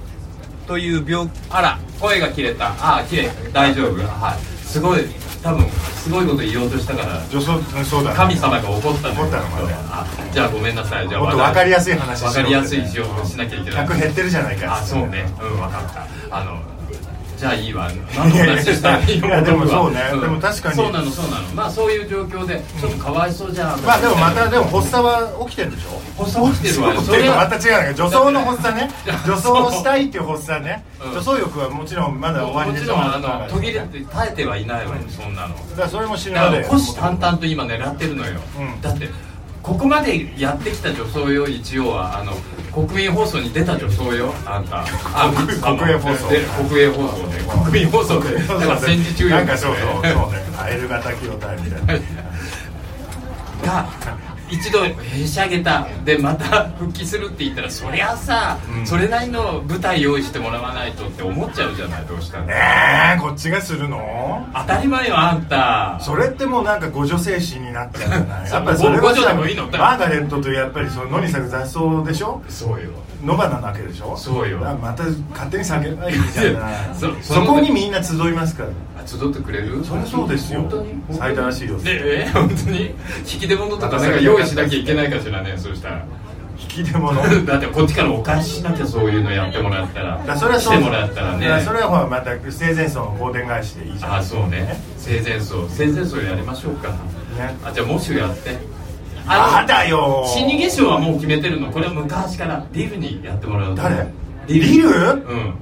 B: という病気あら声が切れたあ切れ大丈夫はいすごい多分すごいこと言おうとしたから
C: 女装うんそうだ、ね、
B: 神様が怒ったの
C: 怒ったのかね
B: あじゃあごめんなさいじゃあ
C: もっと分かりやすい話しよう
B: 分かりやすいしようとしなきゃいけない
C: 客減ってるじゃないか
B: あそうねうん分かったあのじゃあいいわ何の
C: いやいや
B: 話したらいいの
C: いやでも
B: 僕は
C: そうねでも確かに
B: そうなのそうなのまあそういう状況でちょっとかわいそうじゃん
C: まあでもまたでも発作は起きてるでしょ
B: 発作起きてるわよ
C: そう
B: それは
C: また違うね女装の発作ね
B: だって
C: 女装をしたいっていう発作ね、
B: うん
C: 女装欲はもちろんまだ終わり
B: も
C: で
B: ち
C: し
B: ろ
C: ょ
B: んあの途切れ
C: だか
B: て耐えてはいないわよそんなの
C: らそれも死ぬ
B: だ
C: ま
B: か
C: で
B: ら虎視眈々と今狙ってるのよ、
C: うん
B: だってここまでやってきた女装よ一応はあの国民放送に出た女装よあんたあ
C: 国
B: あの
C: 国営放送
B: で国営放送で国民放送で
C: そう
B: な
C: そう
B: んか戦時中よ
C: なんかそうそうそ うねアエル型機を耐えみたいな
B: が一度へしゃげたでまた復帰するって言ったらそりゃさ、
C: うん
B: それなりの舞台用意してもらわないとって思っちゃうじゃないどうしたら
C: えー、こっちがするの
B: 当たり前よあんた
C: それってもうなんかご女性誌になっちゃうじゃないやっぱり
B: そう
C: それは
B: ごご女
C: さ
B: でもいいの
C: マーガレットというやっぱりその野に咲く雑草でしょ
B: そうよ
C: 野花なわけでしょ
B: そうよ
C: だからまた勝手に避けないいじゃない
B: そ
C: そ
B: その
C: こにみんな集いますから
B: あ集ってくれる
C: そりゃそうですよ
B: 本当に
C: 最たらしいよ
B: でえ本当に引き出物とかなんか用意しなきゃいけないかしらねそうしたら
C: 引き 出物
B: だってこっちからお返ししなきゃそういうのやってもらったら
C: だからそれはそう
B: してもらったら
C: だから
B: ね
C: それはほらまた生前葬の香典返しでいいじゃん
B: あそうね生前葬生前葬やりましょうか
C: ね
B: あじゃあ喪主やって
C: あだよ
B: 死に化粧はもう決めてるのこれは昔からディルにやってもらうの
C: 誰
B: リル
C: リル
B: うん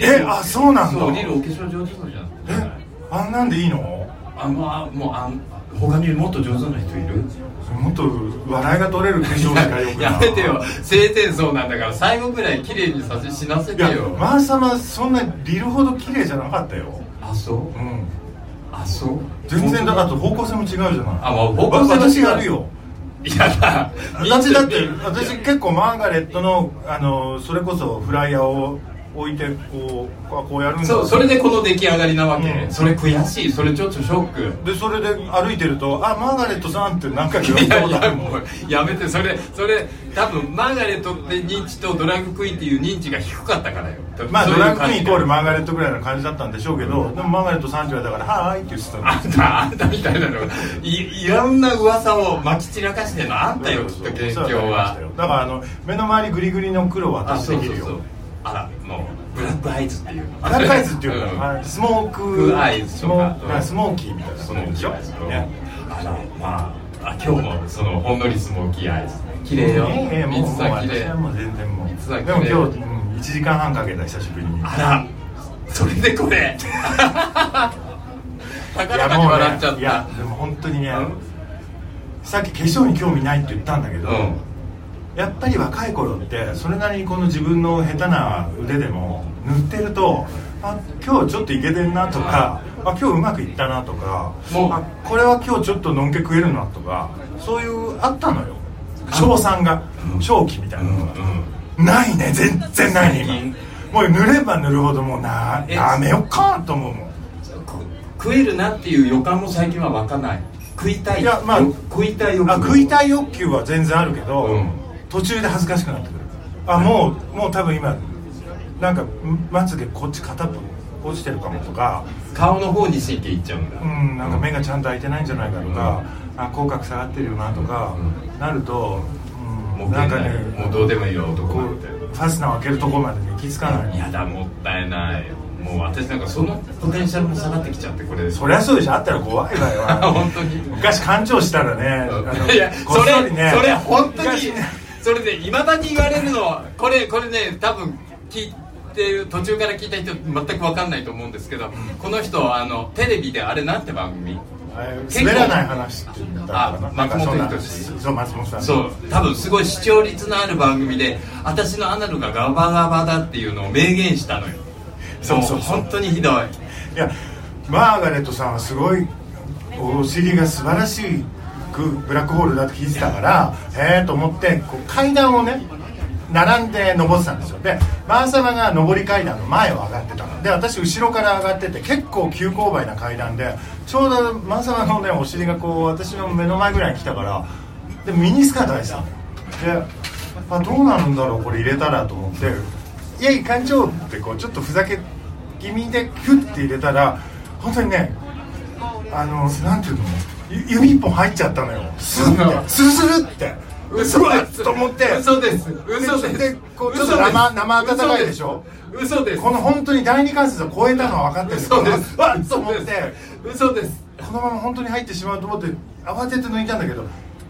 C: えあそうなんだ
B: そうリルお化粧上手そうじゃん
C: えあんなんでいいの
B: あもうあもうあん他にもっと上手な人いる
C: もっと笑いが取れる化粧しかよくない
B: やめてよ性転送なんだから最後ぐらい綺麗にさせ死なせ
C: い
B: て
C: や
B: よ、
C: マーサマそんなリルほど綺麗じゃなかったよ
B: あそう
C: うん
B: あそう
C: 全然だからら方向性も違うじゃない
B: あもう方向性も違う
C: 私やるよ
B: いやだ
C: 私だって私結構マーガレットのあのそれこそフライヤーを置いてこうこうこうやるんだ
B: そうそれでこの出来上がりなわけ、
C: うん
B: それ悔しいそれちょっとショック
C: でそれで歩いてると「あマーガレットさん」って何回か言われ
B: い
C: た
B: や
C: こ
B: い
C: とあ
B: や
C: るもん
B: もうやめてそれそれ多分マーガレットって認知とドラァグクイーンっていう認知が低かったからよ
C: まあ
B: そう
C: ド
B: いう
C: ラッグクイーンイコール
B: 感
C: マーガレットぐらいの感じだったんでしょうけど、でもマーガレットさんって言われたから「はーい」って言ってたの
B: じあんたあんたみたいなのいいろんな噂をまき散らかしてんのあんたよきっと
C: そうそう
B: 現
C: そ
B: 状
C: うお世話になりまし
B: は
C: たよだからあの目の周りグリグリの黒は
B: あ
C: 私
B: そ
C: で
B: う
C: き
B: そう
C: る
B: そ
C: よ
B: うあらもうブラックアイズっていう
C: アナカイズっていうか、
B: ん
C: あのスモーク
B: アイズ
C: ス
B: と
C: モ
B: か
C: ークスモーキーみたいな
B: その
C: でしょね
B: あのまああ今日もそのほんのりスモーキーアイズ綺麗よ
C: ええもうもう
B: 水さ綺
C: 私
B: 麗
C: はもう全然もう
B: 水は綺
C: でも
B: 麗
C: 今日、うん、1時間半かけた久しぶりに
B: あらそれでこ れ高らかに笑っちゃっ
C: いや
B: た
C: でも本当にね、
B: うん
C: さっき化粧に興味ないって言ったんだけど、
B: うん
C: やっぱり若い頃ってそれなりにこの自分の下手な腕でも塗ってるとあ今日ちょっといけてんなとかあ今日うまくいったなとか
B: もう
C: あこれは今日ちょっとのんけ食えるなとかそういうあったのよ賞賛が賞期みたいなのが、ないね全然ないね今もう塗れば塗るほどもうな
B: え
C: やめよっかと思うもん
B: こ食えるなっていう予感も最近は湧かない食いたい
C: いやまあ
B: よ食いたい欲
C: あ食いたい欲求は全然あるけど、
B: うん
C: 途中で恥ずかしくなってくるあもうもう多分今なんかんまつげこっち片っぽ落ちてるかもとか
B: 顔の方に神経いっちゃうんだ、
C: うんなんか目がちゃんと開いてないんじゃないかとか、あ口角下がってるよなとか、なると、うん
B: もう
C: なん
B: 現
C: か
B: 代
C: ね
B: もうどうでもいいよ男
C: こう
B: なんて
C: ファスナーを開けるとこまでね気づかない
B: いやだもったいないもう私なんかそのポテンシャルも下がってきちゃってこれ
C: そりゃそうでしょあったら怖いわよ
B: 本当に
C: 昔勘定したらねあ の
B: いや
C: こ
B: そ
C: っそ
B: れ
C: りね
B: それ本当に
C: 昔ね
B: それでいまだに言われるのはこれこれね多分聞いてる途中から聞いた人全く分かんないと思うんですけどこの人はあのテレビであれなんて番組結構
C: 滑らない話って言ったのかな
B: あ
C: なんかそんな
B: 松本人志
C: そう松本さん
B: そう多分すごい視聴率のある番組で私のアナルがガバガバだっていうのを明言したのよ
C: そうそう
B: も本当にひどい
C: いやマーガレットさんはすごいお尻が素晴らしいくブラックホールだって聞いてたからへえと思ってこう階段をね並んで登ってたんですよでマーサマが上り階段の前を上がってたので私後ろから上がってて結構急勾配な階段でちょうどマーサマのねお尻がこう私の目の前ぐらいに来たからでミニスカート履いてたのよであどうなるんだろうこれ入れたらと思って「いやいかんちょう」ってこうちょっとふざけ気味でキュッて入れたら本当にねあのなんていうのゆ指一本入っちゃったのよスー
B: そんな
C: ってスルスルって
B: 嘘です
C: と思って
B: 嘘です嘘です
C: でこうちょっと生生温かいでしょ
B: 嘘です
C: この本当に第二関節を超えたのは分かってる
B: 嘘です
C: うわっと思って
B: 嘘です
C: このまま本当に入ってしまうと思って慌てて抜いたんだけど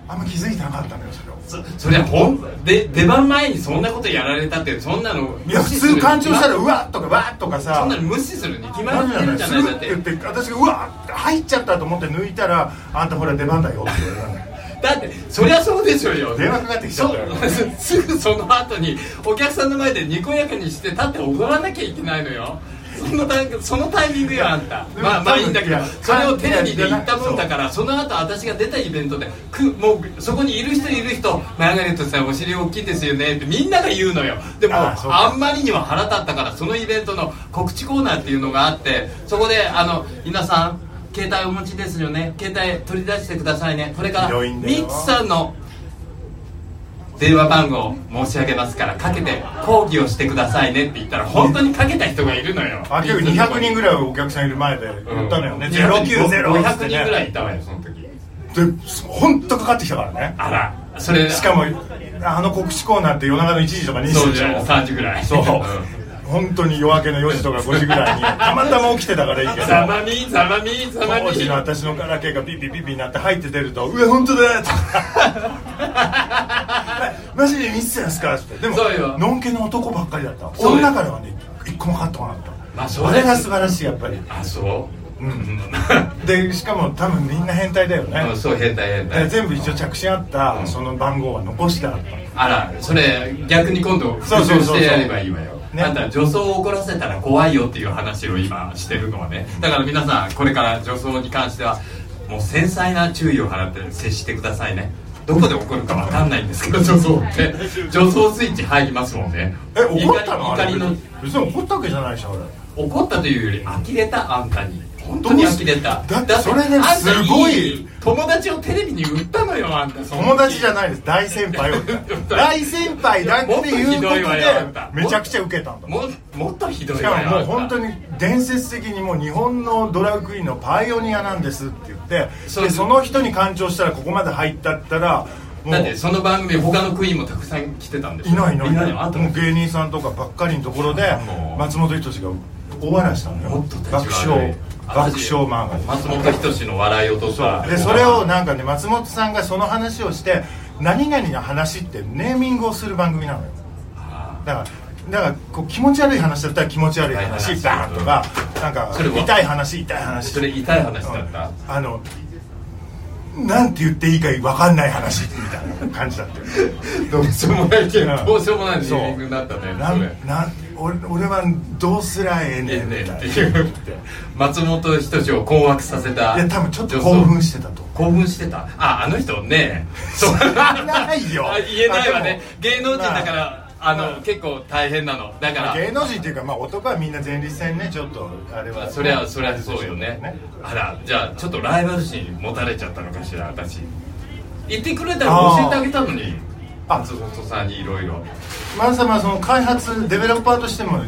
C: あんま気づいてなかったのよそれを
B: そそりゃほんで出番前にそんなことやられたってそんなの
C: いや普通感情したら「うわっ!」とか「わっ!」とかさ
B: そんなの無視するに決ま
C: な
B: っ
C: ん
B: てるじ
C: じ
B: ゃ
C: ゃ
B: な
C: ないい
B: だ
C: だ
B: っ
C: ってて言って私が「うわっ!」入っちゃったと思って抜いたら「あんたほら出番だよ」って言われたの
B: だってそりゃそうでしょうよ
C: 電話かかってきちゃったよ
B: そうすぐその後にお客さんの前でにこやかにして立って踊らなきゃいけないのよそのタイそのタイミングよあんた
C: でも
B: まあまあいいんだけど
C: いや
B: それをテレビで言ったもんだからその後私が出たイベントでくもうそこにいる人いる人「マーガレットさんお尻大きいですよね」ってみんなが言うのよでも
C: ああそうか
B: あんまりにも腹立ったからそのイベントの告知コーナーっていうのがあってそこで「あの皆さん携帯お持ちですよね携帯取り出してくださいねこれから
C: ひどいんだよ
B: ミッツさんの電話番号を申し上げますからかけて抗議をしてくださいねって言ったら本当にかけた人がいるのよ
C: あ結構200人ぐらいお客さんいる前で言ったのよね「090」
B: 0
C: っ
B: 0
C: て
B: 人ぐら
C: ね
B: いいたわよその時
C: で本当かかってきたからね
B: あらそれ
C: しかもあの告知コーナーって夜中の1時とか2時
B: そう
C: でし
B: じゃん
C: ょ
B: 3時ぐらい
C: そう
B: うん
C: 本当に夜明けの4時とか5時ぐらいにたまたま起きてたからいいけ ど
B: ざまみざまみざま
C: 当時の
B: み
C: 私のガラケーがピピピピになって入って出ると「うわ本当だ!」って「マジで見てたんですか?」ってでも
B: そうよ
C: のんけの男ばっかりだった
B: そうよ
C: 女からはね一個も買ってこなかった、
B: まあそう
C: あ
B: だ
C: れ
B: よ
C: が素晴らしいやっぱり
B: あそう
C: うんうんでしかも多分みんな変態だよね、
B: うんそう変態変
C: で
B: 態
C: 全部一応着信あった、その番号は残してあった
B: あらそれ逆に今度復
C: そうそう
B: 唱
C: そうそう
B: してやればいいわよ
C: ね
B: あんた女装を怒らせたら怖いよっていう話を今してるのはねだから皆さんこれから女装に関してはもう繊細な注意を払って接してくださいねどこで怒るかわかんないんですけど女装って女装スイッチ入りますもんね
C: え怒ったの
B: 怒り
C: あれ
B: 怒りの
C: 別に怒ったわけじゃないでしょ俺
B: 怒ったというより呆れたあんたに本当に呆れた
C: どうしだってそれですご
B: あ
C: い
B: んたに友達をテレビに売ったのよあんた
C: 友達じゃ
B: い
C: ないです大先 輩を大先輩だっていうこ
B: もっと
C: と
B: ひどいわよあんた
C: でめちゃくちゃ受けたんだもん
B: ももっとひどい
C: しかももう本当
B: に
C: に伝説的にもう日本のドラァグクイーンのパイオニアなんですって言って
B: そ
C: そうで
B: です
C: その人に干潮したらここまで入ったったらもう
B: だってその番組他のクイーンもたくさん来てたんです
C: いないいないいない
B: あんた
C: もう芸人さんとかばっかりのところで
B: もう
C: 松本人志が大笑いしたのよ
B: もっと立ち
C: 爆
B: 悪い
C: 笑爆笑漫画で
B: 松本人志の笑いをとった
C: でそれをなんかね松本さんがその話をして何々の話ってネーミングをする番組なのよだからだからこう気持ち悪い話だったら気持ち悪い話
B: はい
C: バーンとかなんか
B: それは
C: 痛い話痛い話
B: それ痛い話だった、
C: あのなんて言っていいか分かんない話みたいな感じだったよどう
B: しょうもないけど
C: うん
B: どうしようもないネ
C: そう
B: ーミングになったね
C: な
B: それ
C: んなん俺俺はどうすらええ
B: え
C: ね
B: え
C: んみ
B: ね
C: た
B: っ
C: いな
B: て
C: い
B: いう松本人志を困惑させた
C: や多分ちょっと興奮してたと
B: 興奮してたああの人ねそう
C: ないよ
B: あ言えないわね
C: あ
B: 芸能人だか
C: ま
B: らあの結構大変なのだから
C: 芸能人っていうか、まあ、男はみんな前立腺ねちょっとあれは
B: そりゃそりゃそうよねあらじゃあちょっとライバル心持たれちゃったのかしら私言ってくれたら教えてあげたのに
C: あ
B: 松本さんにいろいろ
C: まずはその開発デベロッパーとしても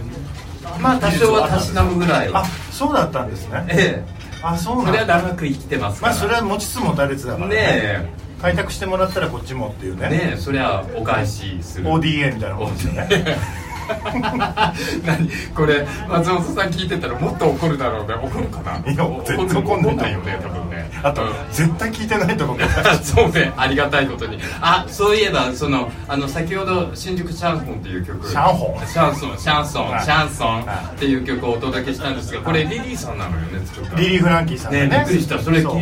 B: まあ多少はたしなむぐらいは
C: あそうだったんですね
B: ええ
C: あそう
B: そ
C: なん
B: れは
C: だ
B: 長く生きてますか
C: まあ
B: ら
C: それは持ちつ持たれつだからね
B: ねえ
C: 開拓してもらったらこっちもっていうね
B: ねえそりゃお返しする
C: ODA みたいなもんですよね
B: 何これ松本さん聞いてたらもっと怒るだろうね怒るかない
C: や絶対怒んない
B: よね多分ね
C: あと
B: うん
C: 絶対聞いてな いと思う
B: そうねありがたいことにあそういえばそのあの先ほど新宿シャンソンっていう曲
C: シャンホン
B: シャンソンシャンソン
C: はい
B: シャンソン
C: はい
B: っていう曲をお届けしたんですがこれリリーさんなのよね作った
C: リリー・フランキーさんが
B: ねび
C: ね
B: っくりしたそれき
C: う
B: 今日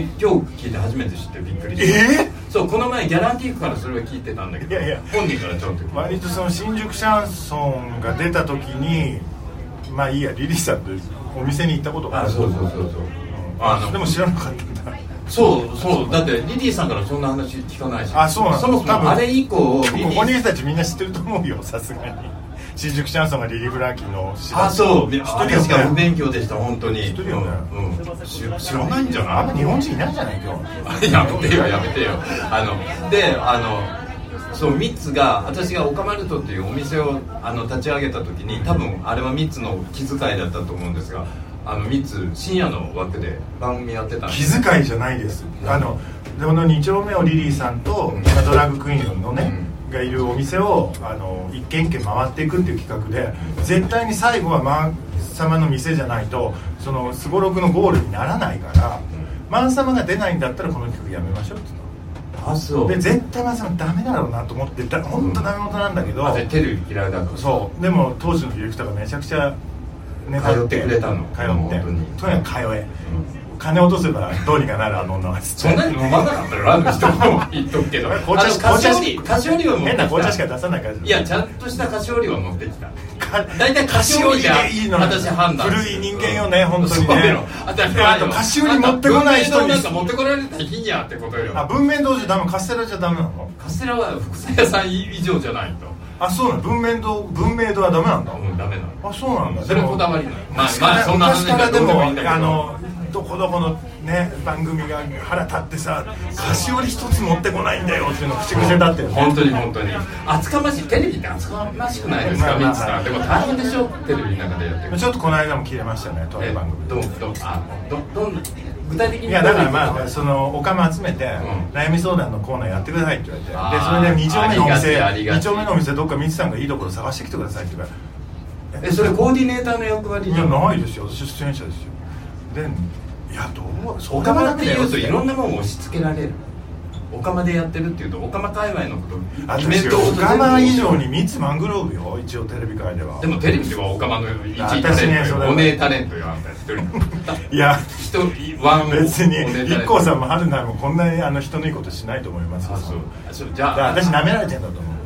B: 聞いて初めて知ってびっくりした
C: え
B: そうこの前ギャランティークからそれは聞いてたんだけど
C: いやいや
B: 本人からちょっと
C: ー割とその新宿シャンソンが出た時にまあいいやリリーさんとお店に行ったことがあ
B: あ
C: る
B: そうそうそうそうあの
C: でも知らなかったんだ
B: そうそうだってリリーさんからそんな話聞かないし
C: あそうなの
B: そもそ
C: 多分
B: もあれ以降リリ
C: こ
B: ー
C: こにいる人たちみんな知ってると思うよさすがに新宿シャンソンがリリー・フランキーの知ら
B: あ、そう、
C: 知
B: 一
C: ってる
B: 人しか
C: よ
B: 不
C: ね
B: 勉強でした、本当に。
C: 知ってるよね
B: うん、知知らないんじゃ
C: あん
B: な
C: ま日本人いないじゃない今日
B: い。 やめてよ、やめてよ。あの、で、あの。そう、ミッツが、私がオカマルトっていうお店を、あの、立ち上げた時に、多分、あれはミッツの気遣いだったと思うんですが。あの、ミッツ、深夜の枠で番組やってたんで
C: 気
B: す。
C: 遣いじゃないですあのこの2丁目をリリーさんと
B: うん
C: ドラッグクイーンのね、がいるお店をあの一軒一軒回っていくっていう企画で絶対に最後はマン様の店じゃないとそのすごろくのゴールにならないから、マン様が出ないんだったらこの企画やめましょうって言
B: あ、
C: っ
B: そう。
C: たので絶対マン様ダメだろうなと思ってだ本当ダメ元なんだけど、
B: 私、テレビ嫌いだから。
C: そうでも当時のディレクターがめちゃくちゃね
B: 通ってくれたの
C: 通
B: もう
C: って
B: 本当に
C: とにかく通え、金落とせばどうにかなるあの女は
B: そんなに飲まなかったよ、あの人も言っとくけど。
C: 紅茶し
B: あの菓子
C: 紅茶し
B: 折り、菓子折りはもう。
C: 変な紅茶しか出さないから
B: いや、ちゃんとした菓子折りは持ってきた。
C: か
B: 大体菓子折りじゃ
C: 菓子折りでいいの
B: 私判断
C: 古い人間よね本当に
B: そう
C: ね
B: よ当たり
C: であ
B: 前
C: と
B: よ
C: 菓子折り持ってこない人に
B: あんた文明堂なんか持ってこられた日にゃってことよ
C: あ文明堂じゃダメカステラじゃダメなの
B: カステラは福祉屋さん以上じゃないと
C: あそうなの文明堂文明堂はダメなんだ、
B: うんダメなの
C: あそうなんだ
B: それ
C: でも
B: こだわりなのまあ
C: 昔か
B: まあ
C: ら
B: そんな話
C: 昔からで
B: どう
C: も
B: いいんだけど
C: あのどこどこのね番組が腹立ってさ菓子折り一つ持ってこないんだよっていうの口癖だったよね
B: 本当に本当に厚かましいテレビって厚かましくないですか
C: まあま
B: ミ
C: あ
B: ンチさんでも大変でしょテレビの中でやって
C: ちょっとこの間も切れましたねとあ
B: え
C: る番組で
B: どんどんあどどん具体的に
C: いやだから
B: どう
C: ま
B: う
C: あ
B: こと
C: そのおかま集めて、
B: ん
C: 悩み相談のコーナーやってくださいって言われて
B: あー
C: でそれで2丁目のお
B: ありがちあ
C: 店
B: りがち
C: 二丁目のお店どっかみつさんがいいところ探してきてくださいって言うから
B: えそれコーディネーターの役割
C: い
B: じゃ
C: や
B: ん
C: ないですよ私出演者ですよでいやどうそう
B: オカマだって
C: よ
B: 言うといろんなものを押し付けられるオカマでやってるっていうとオカマ界隈のことイベン
C: 私
B: トごと
C: オ
B: 全部
C: カマ以上にミッツマングローブよ一応テレビ界では
B: でもテレビではオカマの一位タレント
C: 私ねそれ
B: よお姉タレントよあんた一人
C: いや
B: 一人ワン
C: 別
B: お姉タレン
C: に
B: ト
C: i k さんも春菜もこんなにあの人のいいことしないと思いますよ
B: あそうあそうじ
C: だから
B: ゃあ
C: 私舐められてんだと思う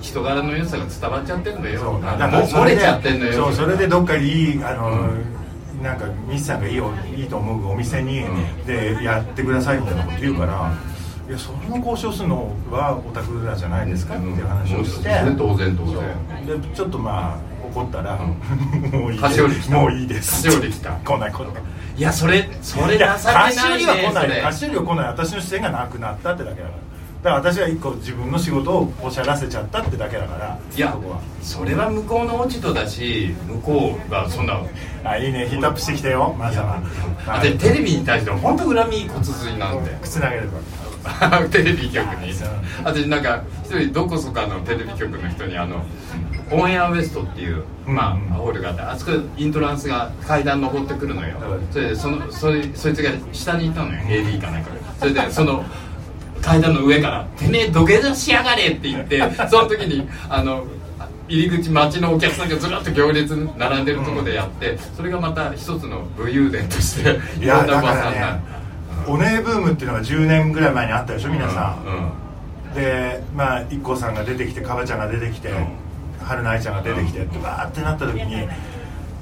B: 人柄の良さが伝わっちゃってんのよ
C: そう
B: あ
C: だ
B: の
C: か
B: 漏
C: ら
B: れちゃってんのよ
C: そうそれでどっかいいあの、なんかミスさんがいいおいいと思うお店に、
B: ん
C: でやってくださいみたいなこと言うから、いやそんな交渉するのはオタクらじゃないですかっていう話をして、
B: うん当然当然
C: そうでちょっとまあ怒ったら、もういいで
B: 菓子折り来
C: す
B: た
C: もういいです
B: 菓子折り来た
C: 来ない来ない
B: いやそれそれ情け
C: や
B: ないね
C: 菓子折りは来
B: そ
C: ない
B: れ
C: 菓子折りは来ない私の出演がなくなったってだけだからだから私は一個自分の仕事をおしゃらせちゃったってだけだから
B: いや
C: そこは
B: それは向こうの落ち度だし向こうがそんな
C: あいいねヒートアップしてきたよマサは
B: あでテレビに対して本当恨み骨髄なんで
C: 靴投げる と
B: テレビ局に私なんか一人どこそかのテレビ局の人にあのオンエアウエストっていう、まあ、
C: うん
B: ホールがあってあそこイントランスが階段登ってくるのよそれでそのそれそいつが下にいたのよ AD かなんかでそれでその階段の上から「てめえ土下座しやがれ!」って言 ってその時にあの入り口待ちのお客さんがずらっと行列並んでるとこでやってそれがまた一つの武勇伝として
C: い
B: いろ
C: や
B: んな
C: だ
B: お
C: か
B: ばさ
C: ら
B: んが
C: ね。お姉ブームっていうのが10年ぐらい前にあったでしょ皆さ
B: うんうん
C: んでまあ IKKO さんが出てきてかばちゃんが出てきて
B: うん
C: 春菜愛ちゃんが出てきてってわーってなった時に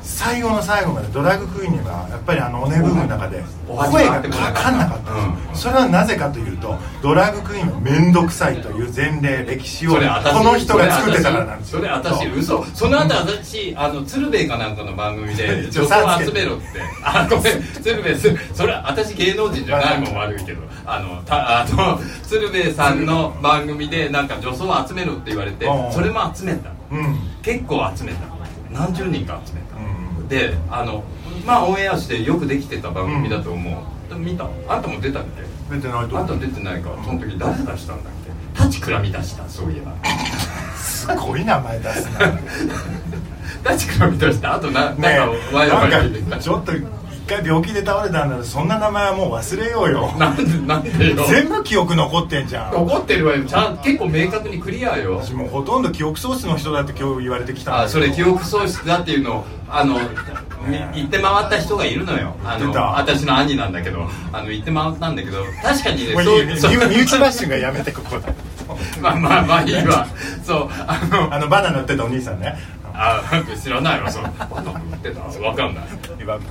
C: 最後の最後までドラッグクイーンにはやっぱりあのお姉ブームの中で
B: おは
C: 声がかかんなかったんですよ
B: うん
C: それはなぜかというとドラッグクイーンは面倒くさいという前例歴史を
B: そ
C: こ
B: れ私
C: の人が作ってたからなんですよ
B: それ私それ私嘘その後私あの鶴瓶かなんかの番組 で
C: ち
B: 女装
C: ょさんつけて
B: 集めろってあごめん鶴瓶鶴それ私芸能人じゃないもん悪いけどあのたあの鶴瓶さんの番組でなんか女装を集めろって言われて
C: うん
B: それも集めた
C: うん
B: 結構集めた何十人か集めた、
C: うん
B: であのまあオンエアしてよくできてた番組だと思う、でも見たあんたも出たっけ
C: 出てないと
B: あん
C: 思
B: た
C: う
B: 出てないかその時誰出したんだっけ立ちくらみ出したそういえば
C: すごい名前 出すな
B: 立ちくらみ出したあとななん
C: ね
B: か
C: え
B: ワイワイ
C: な
B: 言って
C: んか
B: た
C: ちょっと一回病気で倒れたんだからそんな名前はもう忘れようよ
B: なんでなんでよ
C: 全部記憶残ってんじゃん
B: 怒ってるわよちゃん結構明確にクリアよ
C: 私もうほとんど記憶喪失の人だって今日言われてきたん
B: あ
C: だけ
B: そ
C: ど
B: れ記憶喪失だっていうのをあのみ
C: ねえ
B: 言って回った人がいるのよあ
C: 言
B: の
C: ってた
B: 私の兄なんだけどあの言って回ったんだけど確かにね
C: もう
B: そう
C: いい
B: そう
C: 身身内バッシュがやめてここだ
B: まあまあまあいいわそうあの
C: あのバナナ売ってたお兄さんね
B: あ知らないわ そのあんなの売ってたわかんない
C: 今バナ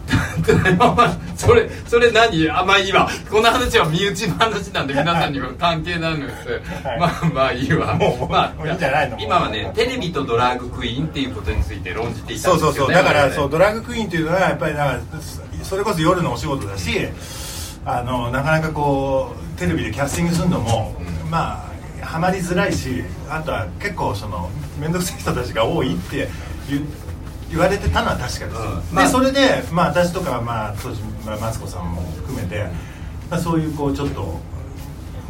B: それそれ何あまあいいわこの話は身内の話なんで皆さんには関係ないのです、
C: はい
B: まあまあいいわ
C: もう
B: ま
C: も
B: あ
C: ういいんじゃないの
B: 今はねテレビとドラッグクイーンっていうことについて論じていた
C: そ
B: ん
C: う
B: です
C: そ
B: よ、
C: う
B: ね、
C: そうだから
B: 我々
C: そうドラッグクイーンっていうのはやっぱりだからそれこそ夜のお仕事だしあのなかなかこうテレビでキャスティングするのも、まあはまりづらいしあとは結構その面倒くさい人たちが多いって言う言われてたのは確かです、
B: うん
C: で
B: まあ
C: それで、まあ、私とか、まあ、当時、まあ、マツコさんも含めて、まあ、そういうこうちょっと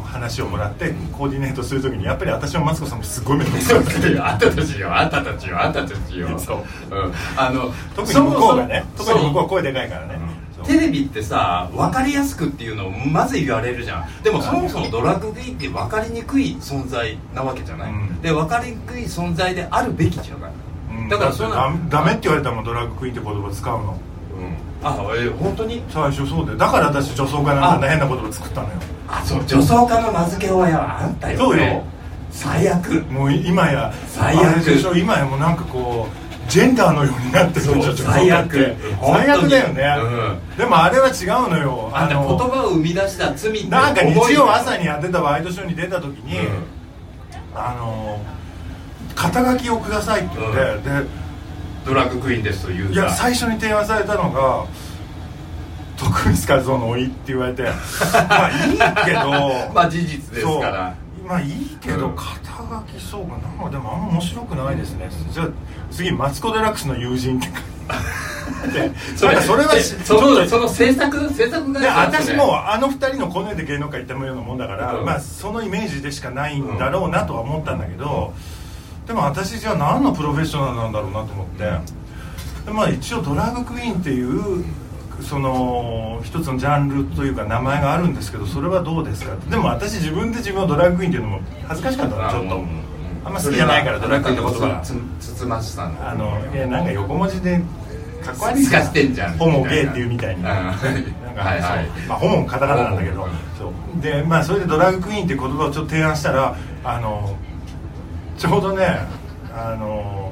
C: 話をもらってコーディネートするときにやっぱり私もマツコさんもすごい面倒くさ
B: そ
C: いう
B: だよ あんたたちよあんたたちよあんたたちよそう、うん、あの
C: 特に向こうがね
B: そ
C: 特
B: そ
C: に向こうは声でかいからね、そう
B: テレビってさ分かりやすくっていうのをまず言われるじゃんでもそもそもドラッグクイーンって分かりにくい存在なわけじゃない、
C: うん
B: で分かりにくい存在であるべきじゃない、
C: うん
B: だからそんな
C: だダメって言われたもんドラッグクイーンって言葉使うの
B: うんあえ本当に
C: 最初そうだよだから私女装家なんか変な言葉作ったのよ
B: あそう女装家の名付け親はあんたよ、ね、
C: そうよ
B: 最悪
C: もう今や
B: 最悪
C: あれでしょ今やもうなんかこうジェンダーのようになってる
B: そう
C: 女装家って
B: 最悪
C: 最悪だよね、
B: 本
C: でもあれは違うのよ
B: あんた言
C: の
B: 葉を生み出した罪って
C: なんか日曜朝
B: に、
C: にやってたワイドショーに出た時に、
B: うん
C: あの肩書きをくださいって言って、
B: う
C: で
B: ドラッグクイーンですという
C: いや最初に提案されたのが「徳光和夫の老い」って言われてまあいいけど
B: まあ事実ですから
C: そうまあいいけど、
B: うん
C: 肩書きそうかなんかでもあんま面白くないですね、じゃあ次マツコ・デラックスの友人って書いてでなんかそれは
B: え
C: し
B: そ
C: ちょっ
B: の
C: と
B: その制作制作会
C: で
B: 社
C: 私
B: それ
C: もあの二人のコネで芸能界行ったようなもんだから、
B: うん
C: まあ、そのイメージでしかないんだろうなとは思ったんだけど、でも私じゃあ何のプロフェッショナルなんだろうなと思ってで、まあ、一応ドラァグクイーンっていうその一つのジャンルというか名前があるんですけどそれはどうですかってでも私自分で自分をドラァグクイーンっていうのも恥ずかしかったのちょっとあんま好きじゃないからドラァグクイーンって言葉が
B: つつつましさんの
C: あのいやなんか横文字でかっこ悪い
B: すかしてんじゃん
C: ホモゲイっていうみたいに
B: うん
C: なんか
B: はいはい
C: そうまあホモもカタカナなんだけどそうでまあそれでドラァグクイーンっていう言葉をちょっと提案したらあのちょうどねあの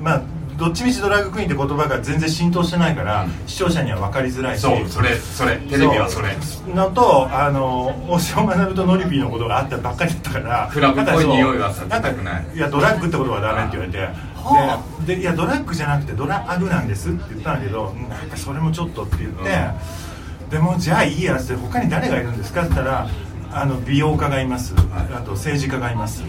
C: まあどっちみちドラァグクイーンって言葉が全然浸透してないから、視聴者には分かりづらいし
B: そうそれそれテレビはそれ
C: うのとあの大塩学とノリピーのことがあったばっかりだったから
B: クラブっぽい匂いは
C: な
B: さ
C: ん
B: せ
C: か
B: たくない
C: いやドラッグってことはダメって言われて
B: は
C: ででいやドラッグじゃなくてドラアグなんですって言ったんだけどなんかそれもちょっとって言って、でもじゃあいいやつって他に誰がいるんですかって言ったらあの美容家がいます、
B: はい
C: あと政治家がいます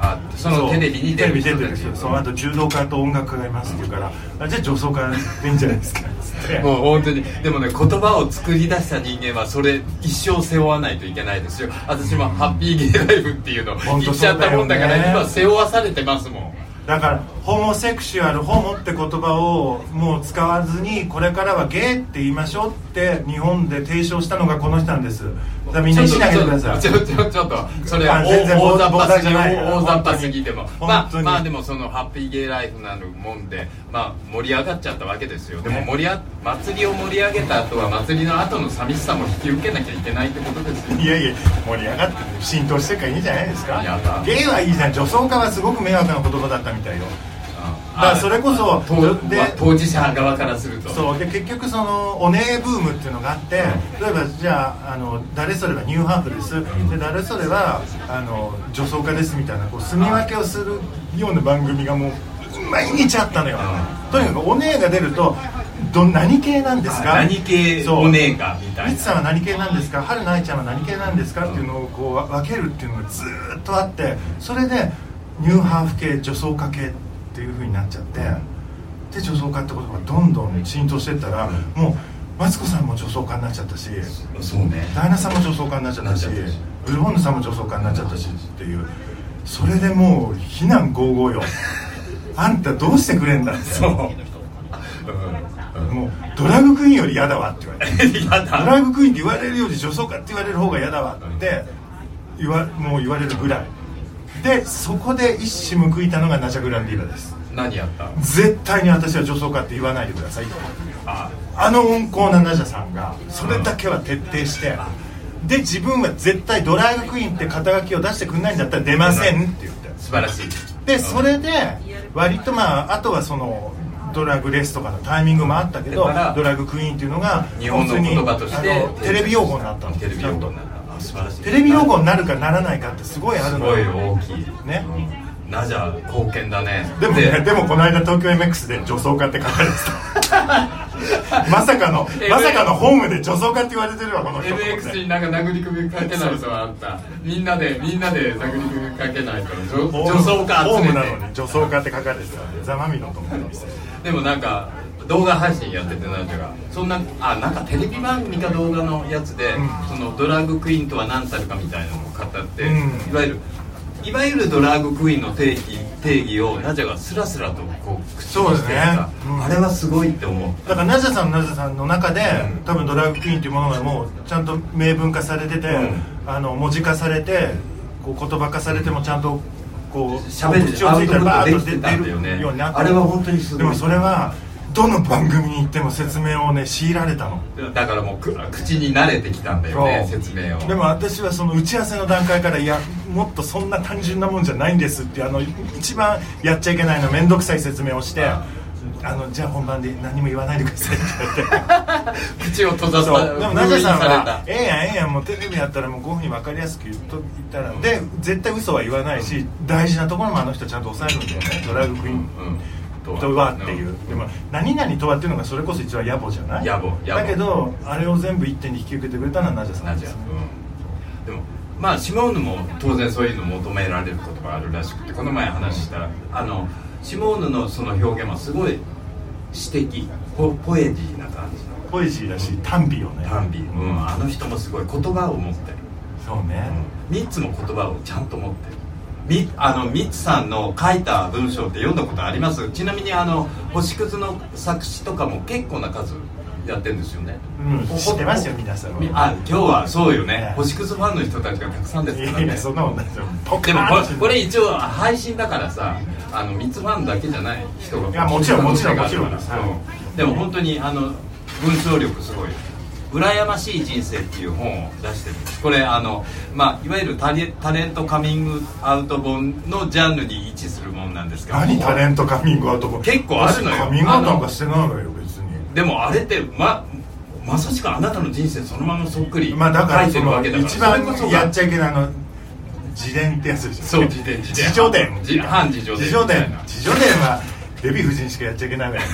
B: あそのテレビに出る
C: テレ
B: 人
C: ビ出て
B: た
C: る
B: ち
C: 人そうあと柔道家と音楽家がいますって言うから、あじゃあ女装家でいいんじゃないですかっつ って
B: もう本当にでもね言葉を作り出した人間はそれ一生背負わないといけないですよ私もハッピーゲイライフっていうの
C: 本当
B: 言っちゃったもんだか
C: そう
B: ら
C: だよね
B: 今背負わされてますもん
C: だからホモセクシュアルホモって言葉をもう使わずにこれからはゲイって言いましょうって日本で提唱したのがこの人なんですだからみんな
B: ちょっ
C: 石
B: と
C: 投げてください
B: ちょちょちょっとそれは
C: あ全然
B: 大大雑
C: 膨
B: 把
C: 大
B: す
C: じ
B: ぎ
C: ゃない
B: 大雑把すぎても
C: 本
B: ま
C: 当
B: あ
C: に
B: まあでもそのハッピーゲイライフなるもんでまあ盛り上がっちゃったわけですよでも
C: ね
B: 盛りあ祭りを盛り上げた後は祭りの後の寂しさも引き受けなきゃいけないってことですよ
C: いやいや盛り上がって浸透してるからいいんじゃないですか
B: やだ
C: ゲイはいいじゃん女装家はすごく迷惑な言葉だったみたいよだからそれこそ
B: 当
C: で
B: まあ当事者側からすると
C: そうで結局そのお姉ブームっていうのがあって例えばじゃああの誰それはニューハーフですで誰それはあの女装家ですみたいなこう住み分けをするような番組がもう毎日あったのよとにかくお姉が出るとど何系なんですか
B: 何系お姉がみたい
C: ミ
B: な
C: ツさんは何系なんですか春菜愛ちゃんは何系なんですかっていうのをこうわ分けるっていうのがずーっとあってそれでニューハーフ系女装家系っていうふうになっちゃってで女装家ってことがどんどん浸透してったらもうマツコさんも女装家になっちゃったし
B: そうね
C: ダイナさんも女装家になっちゃったし
B: なっちゃったし
C: ブルボンヌさんも女装家になっちゃったしっていうそれでもう非難合々よあんたどうしてくれんだって もうドラァグクイーンより嫌だわって言われて。
B: や
C: ド
B: だ
C: ラァグクイーンって言われるより女装家って言われる方が嫌だわって言わもう言われるぐらいでそこで一矢報いたのがナチャグランディーバです
B: 何やった
C: 絶対に私は女装家って言わないでください
B: あ
C: あの温厚なナジャさんがそれだけは徹底してで自分は絶対ドラァグクイーンって肩書きを出してくんないんだったら出ませんって言って
B: 素晴らしい
C: でそれで割とまああとはそのドラッグレースとかのタイミングもあったけど
B: だから
C: ドラッグクイーンっていうのが
B: 日本の言葉として
C: 本当にあのテレビ用語になったの
B: テレビ用語になったあ素晴らしい
C: テレビ用語になるかならないかってすごいあ
B: す
C: るの
B: ごい
C: よ
B: 大きい
C: ね
B: うんなじゃ貢献だね
C: でもねでもこの間東京 MX で女装家って書かれ てたまさかのまさかのホームで女装家って言われてるわこの人
B: MX になんか殴り首かけないとあったみんなでみんなで殴り首かけないと女
C: ホーム
B: 女装家
C: ホー
B: 集め
C: ムなのに
B: て
C: 女装家って書かれてたんでざまみのと思ってます
B: でもなんか動画配信やっててなんていうかそんなあなんかテレビ番組か動画のやつで、
C: ん
B: そのドラッグクイーンとは何たるかみたいなのを語って、
C: うん
B: いわゆるいわゆるドラッグクイーンの定義定義をナジャがスラスラとこう口
C: そう
B: に
C: で
B: し
C: す
B: て
C: ね
B: た、
C: うん
B: あれはすごいって思う
C: だからナジャさんナジャさんの中で、多分ドラァグクイーンというものがもうちゃんと明文化されてて、
B: うん
C: あの文字化されてこう言葉化されてもちゃんとこう
B: 喋る
C: 口をついたらバーッと
B: ア
C: 出
B: ウトプットできてたん
C: 出
B: だよね
C: るようになって
B: あれは本当にすごい
C: でもそれはどの番組に行っても説明をね強いられたの
B: だからもうく口に慣れてきたんだよね
C: そう
B: 説明を
C: でも私はその打ち合わせの段階からいやもっとそんな単純なもんじゃないんですっていうあの一番やっちゃいけないの面倒くさい説明をしてあのじゃあ本番で何も言わないでくださいって言って。
B: 口を閉ざ
C: そ
B: さ
C: うでも中さんは
B: 封印さ
C: 「ええやんええやんもうテレビやったらもう5分に分かりやすく言っと言ったら」で絶対嘘は言わないし大事なところもあの人ちゃんと抑えるんだよねドラァグクイーン
B: れた
C: とはっていう、でも何々とはっていうのがそれこそ一番野暮じゃない
B: 野暮野暮
C: だけどあれを全部一点に引き受けてくれたのはナジャさ
B: なんん
C: で
B: じゃ
C: す、
B: うんでもまあシモーヌも当然そういうの求められることがあるらしくてこの前話したらあのシモーヌのその表現はすごい詩的ポポエティな感じの
C: ポエジーだし短美よね
B: 短美、うん、あの人もすごい言葉を持ってる
C: そうね、
B: 3つも言葉をちゃんと持ってるみあのミッツさんの書いた文章って読んだことありますちなみにあの星屑の作詞とかも結構な数やってるんですよね、
C: うん
B: ほ
C: 知ってますよ皆さん
B: みあ今日はそうよね
C: ね
B: 星屑ファンの人たちがたくさんです
C: い
B: から
C: や
B: ね
C: いやそんなことないですよ
B: でもこれこれ一応配信だからさあのミツファンだけじゃない人が
C: いやもちろんもちろん
B: 可能性がある
C: もち
B: か
C: ろ
B: ら
C: んです
B: うんでも本当にあの文章力すごい「羨ましい人生」っていう本を出してるんですこれあの、まあ、いわゆるタレタレントカミングアウト本のジャンルに位置するもんなんですけど
C: 何タレントカミングアウトも
B: 結構あるのよ
C: カミングアウトなんかしてないのよ別に
B: でもあれってままさしくあなたの人生そのままそっくり
C: まあだから
B: 書いて
C: そ
B: るわ
C: の
B: けだから
C: 一
B: それこそ
C: 番
B: が
C: やっちゃいけないあの自伝ってやつでしょ
B: そう自伝自伝
C: 自叙伝
B: じ反自叙伝
C: 自叙
B: みた
C: 伝
B: いな
C: 自叙伝はデヴィ夫人しかやっちゃいけない のよね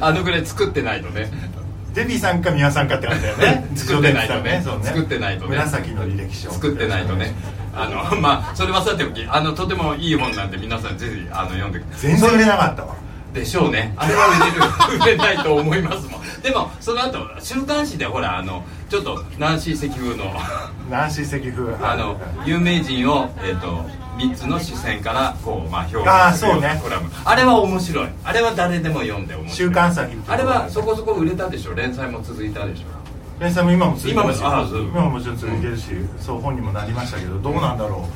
B: あのぐらい作ってないとね
C: デヴィさんか宮さんかって感じだよね
B: 作ってないとね
C: 自叙伝って言ったらそうね
B: 作ってないとね
C: 紫の履歴書
B: 作ってないとねあの まあそれはさておきあのとてもいい本なんで皆さんぜひあの読んでください
C: 全然売れなかったわ
B: でしょうねあれは売れる売れないと思いますもんでもその後週刊誌でほらあのちょっとナンシー石風の
C: ナンシー関風
B: あの有名人をえっ、と3つの視線からこうまあ評
C: あ
B: 価
C: ー
B: するよう
C: そう
B: な
C: ね
B: コラムあれは面白いあれは誰でも読んで面白い
C: 週刊誌
B: あれはそこそこ売れたでしょ連載も続いたでしょ
C: 連載も今も続いてるし
B: 今もあそう
C: 今ももちろん続いてるし、そう本にもなりましたけどどうなんだろ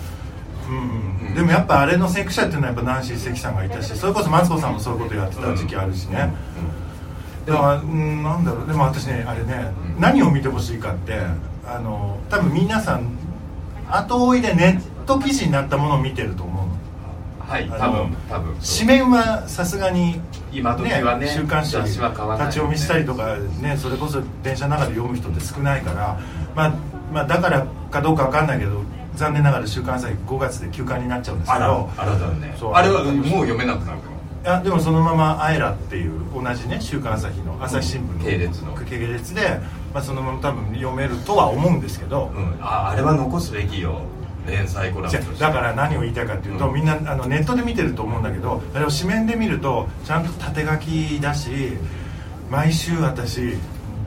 C: う、うんうんでもやっぱあれの先駆者っていうのはやっぱナンシー関さんがいたしそれこそマツコさんもそういうことやってた時期あるしね、でもうんなんだろうでも私ねあれね、何を見てほしいかってあの多分皆さん後追いでネット記事になったものを見てると思うの
B: はい
C: あの
B: 多分多分
C: 紙面はさすがに
B: 今時はね
C: 週刊誌
B: 雑誌は買わないよね
C: 立ち読みしたりとかねそれこそ電車の中で読む人って少ないから、まあ、まあだからかどうかわかんないけど残念ながら週刊誌5月で休刊になっちゃうんですけ
B: あら
C: ど
B: あらだね
C: そう
B: あれはもう読めなくなるかも
C: いやでもそのまま「あえら」っていう同じね週刊朝日の朝日新聞の
B: 系列の
C: 系列で、まあ、そのまま多分読めるとは思うんですけど、
B: うん、ああれは残すべきよ連載コラム
C: じ
B: と
C: ゃ
B: して
C: だから何を言いたいかっていうと、
B: うん
C: みんなあのネットで見てると思うんだけどあれを紙面で見るとちゃんと縦書きだし毎週私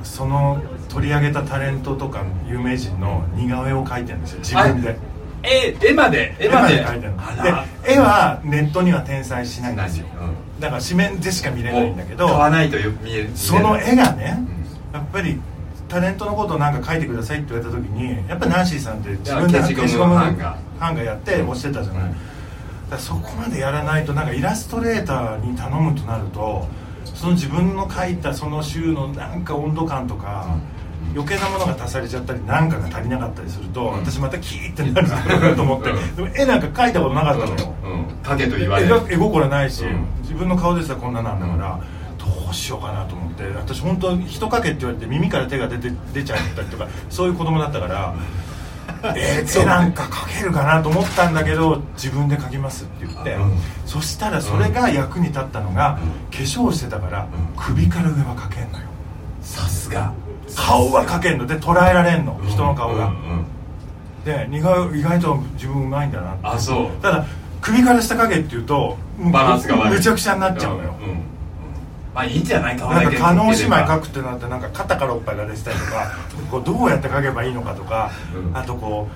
C: その取り上げたタレントとか有名人の似顔絵を描いてるんですよ自分で
B: え絵まで絵
C: 絵
B: ま
C: ま
B: で
C: で描いてるの
B: あら
C: で絵はネットには転載しないんですよ
B: う
C: だから紙面でしか見れ
B: ん
C: ないんだけど
B: 買わないとよ見える
C: その絵がね
B: う
C: やっぱりタレントのことをなんか書いてくださいって言われた時にやっぱナンシーさんって自分で
B: いや消しゴム
C: の
B: 版が
C: 版がやって押してたじゃない、
B: うん
C: だからそこまでやらないとなんかイラストレーターに頼むとなるとその自分の書いたその週のなんか温度感とか、余計なものが足されちゃったり何かが足りなかったりすると、私またキーってなるだろうなと思って、
B: うん
C: でも絵なんか描いたことなかったのよ、
B: うんうん影と言われる
C: 絵絵心ないし、
B: うん
C: 自分の顔でさこんななんだから、どうしようかなと思って私本当人かけって言われて耳から手が出て出ちゃったりとかそういう子供だったから えー、絵なんか描けるかなと思ったんだけど自分で描きますって言って、
B: うん
C: そしたらそれが役に立ったのが、化粧してたから、首から上は描けんのよ
B: さすが
C: 顔は描けんので捉えられんの人の顔が、
B: うんうん
C: で意外意外と自分うまいんだなって
B: あそう
C: ただ首から下影っていうと
B: バランスが悪い
C: むちゃくちゃになっちゃうのよ、
B: んんまあいいんじゃない買わ
C: な
B: なんきゃ
C: か
B: いけ
C: 加
B: ない
C: 納姉妹描くってなってなんか肩からおっぱいが出てたりとかこうどうやって描けばいいのかとか、
B: うん
C: あとこ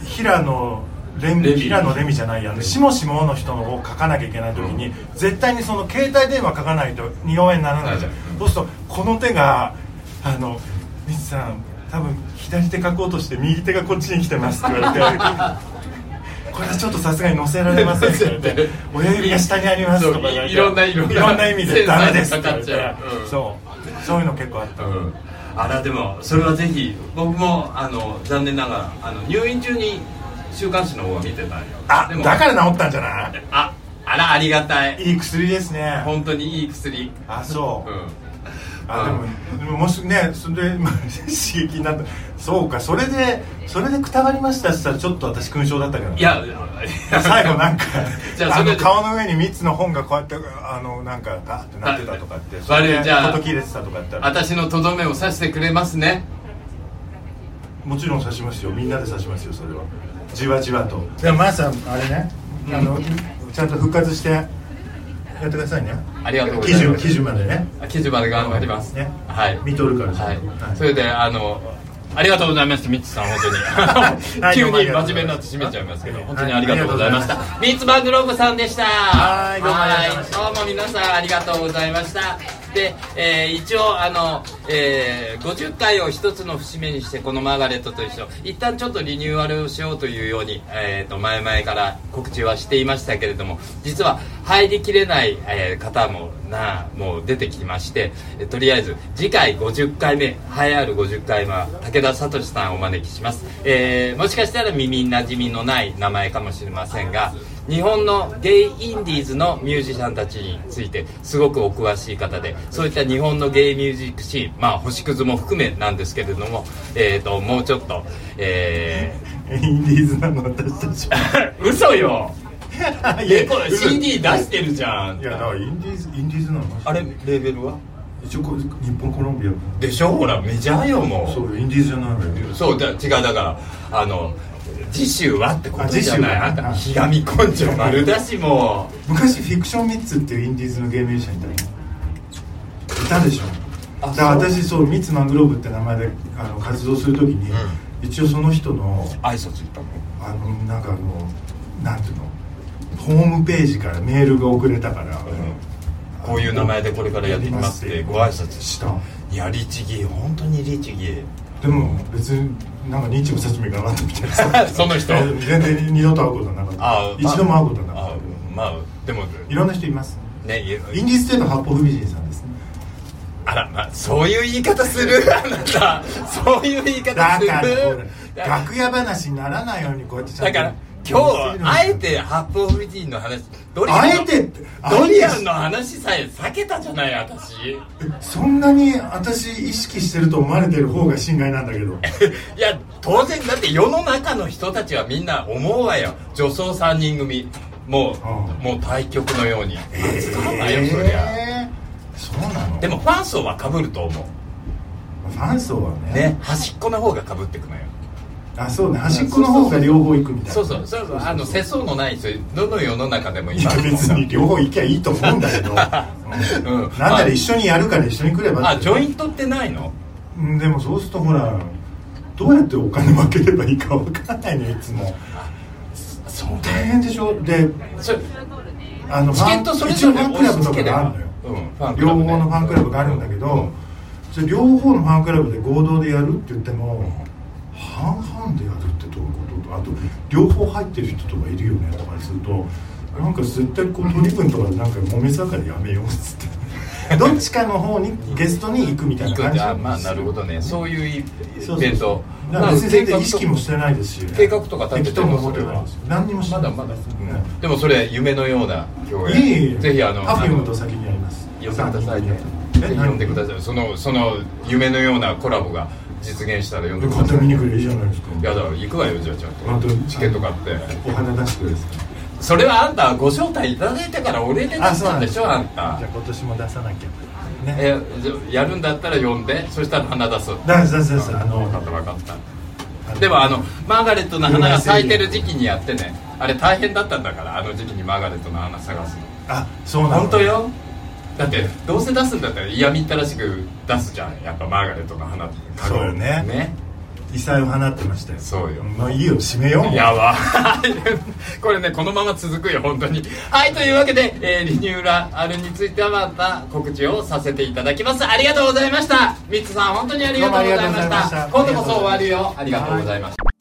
C: う平野レミ
B: レミ
C: 平野レミじゃないやしもしもの人のを描かなきゃいけない時に、絶対にその携帯電話描かないと似顔絵にならないじゃん、
B: うん
C: そうするとこの手があの「ミツさん多分左手描こうとして右手がこっちに来てます」って 言われてこれはちょっとさすがに載せられませんって言わ れて「親指が下にあります」とか言わ
B: そ
C: れて
B: ういいろんないろんない
C: ろんな意味でダメですって言われて
B: センサーにかかっちゃううん
C: そうそういうの結構あった
B: うんあらでもそれはぜひ僕もあの残念ながらあの入院中に週刊誌の方は見てたんよ
C: あ
B: でも
C: だから治ったんじゃな
B: ああらありがたい
C: いいい薬ですね
B: 本当にいい薬
C: あそう、
B: うん
C: あで
B: うん
C: もでももしねそれで、 まあ、刺激になったそうかそれでそれでくたばりましたって言ったらちょっと私勲章だったけど
B: いやいや
C: 最後なんか
B: じゃあ
C: あ
B: それ
C: の顔の上に3つの本がこうやってあのなんかガーってなってたとかって
B: あ
C: それで
B: 悪いじゃあ
C: 事切れてたとかやったら
B: 私のとどめを刺してくれますね
C: もちろん刺しますよみんなで刺しますよそれはじわじわとでもまさんあれねあのちゃんと復活してやってくださいね
B: ありがとうござ
C: 記
B: い
C: 事
B: ます
C: 記事までね
B: 記事まで頑張ります、
C: ね
B: はい
C: 見とるから
B: はい
C: はい
B: それであのありがとうございますミッツさん 本当に
C: はい
B: 急
C: どう
B: に
C: もありがとうございま
B: 真
C: す
B: 面目になって締めちゃいますけど本当にありがとうございましたミッツマングローブさんでした
C: はいどうもありがとうございました
B: はいどうも皆さんありがとうございましたで、えー一応あの、えー50回を一つの節目にしてこのマーガレットと一緒一旦ちょっとリニューアルをしようというように、えー、と前々から告知はしていましたけれども実は入りきれない、えー方もなもう出てきまして、えーとりあえず次回50回目栄えある50回は武田聡さんをお招きします、えーもしかしたら耳なじみのない名前かもしれませんが日本のゲイインディーズのミュージシャンたちについてすごくお詳しい方でそういった日本のゲイミュージックシーンまあ星屑も含めなんですけれども、えー、ともうちょっとえ
C: インディーズなの私たち
B: ー、 嘘よ
C: は いや
B: えこれ CD 出してるじゃん
C: いやだからインディーズインディーズなの
B: あれレーベルは
C: 一応これ日本コロンビア
B: でしょほらメジャーよもう
C: そうインディーズじゃないのよ
B: そうだ違うだからあの次週はってことじゃないあ
C: あ
B: ん
C: 次週は
B: たひがみ根性丸だしもう
C: 昔フィクションミッツっていうインディーズのゲームミュージシャンいたのいたでしょ
B: あ
C: だから私そうミッツマングローブって名前であの活動するときに、
B: う
C: 一応その人の
B: 挨拶行ったの
C: あのなんかあのなんていうのホームページからメールが送れたから、
B: こういう名前でこれからやっていきますってご挨拶し
C: したた
B: いや律儀本当に律儀
C: でも別になんか認知も説明がなかったみたいなさ
B: その人
C: 全然二度と会うことはなかった
B: あ
C: 一度も会うことはなか
B: あ
C: った
B: まあでも
C: いろんな人います
B: ねい
C: インディーズテーの八方美人さんですね
B: あら、まあ、そういう言い方す るあなたそういう言い方
C: だ
B: する
C: からほ
B: だ
C: ら楽屋話にならないようにこうやってちゃん
B: だ
C: と
B: から今日あえて八方美人の話ドリアンの
C: あえてって
B: ドリアンの話さえ避けたじゃない私
C: そんなに私意識してると思われてる方が心外なんだけど
B: いや当然だって世の中の人たちはみんな思うわよ女装3人組もう、
C: うん
B: もう対局のように扱うわよ、そりゃ
C: えーそうなの
B: でもファン層はかぶると思
C: ファン層は
B: う
C: ね
B: ね端っこの方がかぶってくのよ
C: あそうね端っこの方が両方行くみたいな
B: そうそうそうそうあの世相のない人どの世の中でも
C: い
B: 今
C: や別に両方行きゃいいと思うんだけど、 うん
B: うん
C: なんだら一緒にやるから一緒に来れば
B: あジョイントってないの
C: うんでもそうするとほらどうやってお金分ければいいか分かんないのよいつも
B: そう
C: 大変でしょで
B: それ
C: あの
B: チケット
C: ファ
B: そ
C: ン
B: れ
C: 一応
B: ぞ
C: フ
B: れ
C: ァンクラブとかがあるのよ、
B: うんファンク
C: 両
B: ラブね
C: 方のファンクラブがあるんだけど、それ両方のファンクラブで合同でやるって言っても、半々でやるってどういうこととあと両方入ってる人とかいるよねとかするとなんか絶対こう取り分とかでなんか揉め盛りやめようっつってどっちかの方にゲストに行くみたい
B: い
C: な
B: く
C: 感じ
B: あまあなるほどねそういうイ
C: そうそ
B: ベ
C: う
B: ント
C: だから別に全然意識もしてないですし
B: 計画とか立てて
C: 適当も思ってないです何にもして
B: ま
C: な
B: だ
C: い
B: まだ、
C: ね
B: でもそれ夢のような共演
C: いい
B: ぜひあの
C: パフュームと
B: あ
C: 先にやります
B: の呼んでくださいね
C: え
B: ぜひ呼んでくださいそのその夢のようなコラボが実現したら呼んで
C: よ
B: くだ
C: かった
B: さ
C: ら
B: い
C: 見に来ればいいじゃないですか
B: いやだから行くわよじゃあちゃん
C: 本
B: と
C: 当
B: チケット買って
C: お花出してください
B: それはあんたご招待いただいたからお礼で出したんでしょあんた
C: じゃあ今年も出さなきゃね
B: えじゃあやるんだったら呼んでそしたら花出す
C: 出す出す出すあ
B: 分かった
C: の
B: 分かったでもあのマーガレットの花が咲いてる時期にやってねあれ大変だったんだからあの時期にマーガレットの花探すの
C: あそうなの
B: 本当よだってどうせ出すんだったら嫌みったらしく出すじゃんやっぱマーガレットの花って
C: そうよね
B: ね
C: 異彩を放ってましたよ
B: そうよ
C: まあいいよ締めよう
B: やば いこれねこのまま続くよ本当にはいというわけで、えーリニューアルについてはまた告知をさせていただきますありがとうございましたミッツさん本当にありがとうございました
C: どうもありがとうございました
B: 今度こそ終わるよありがとうございました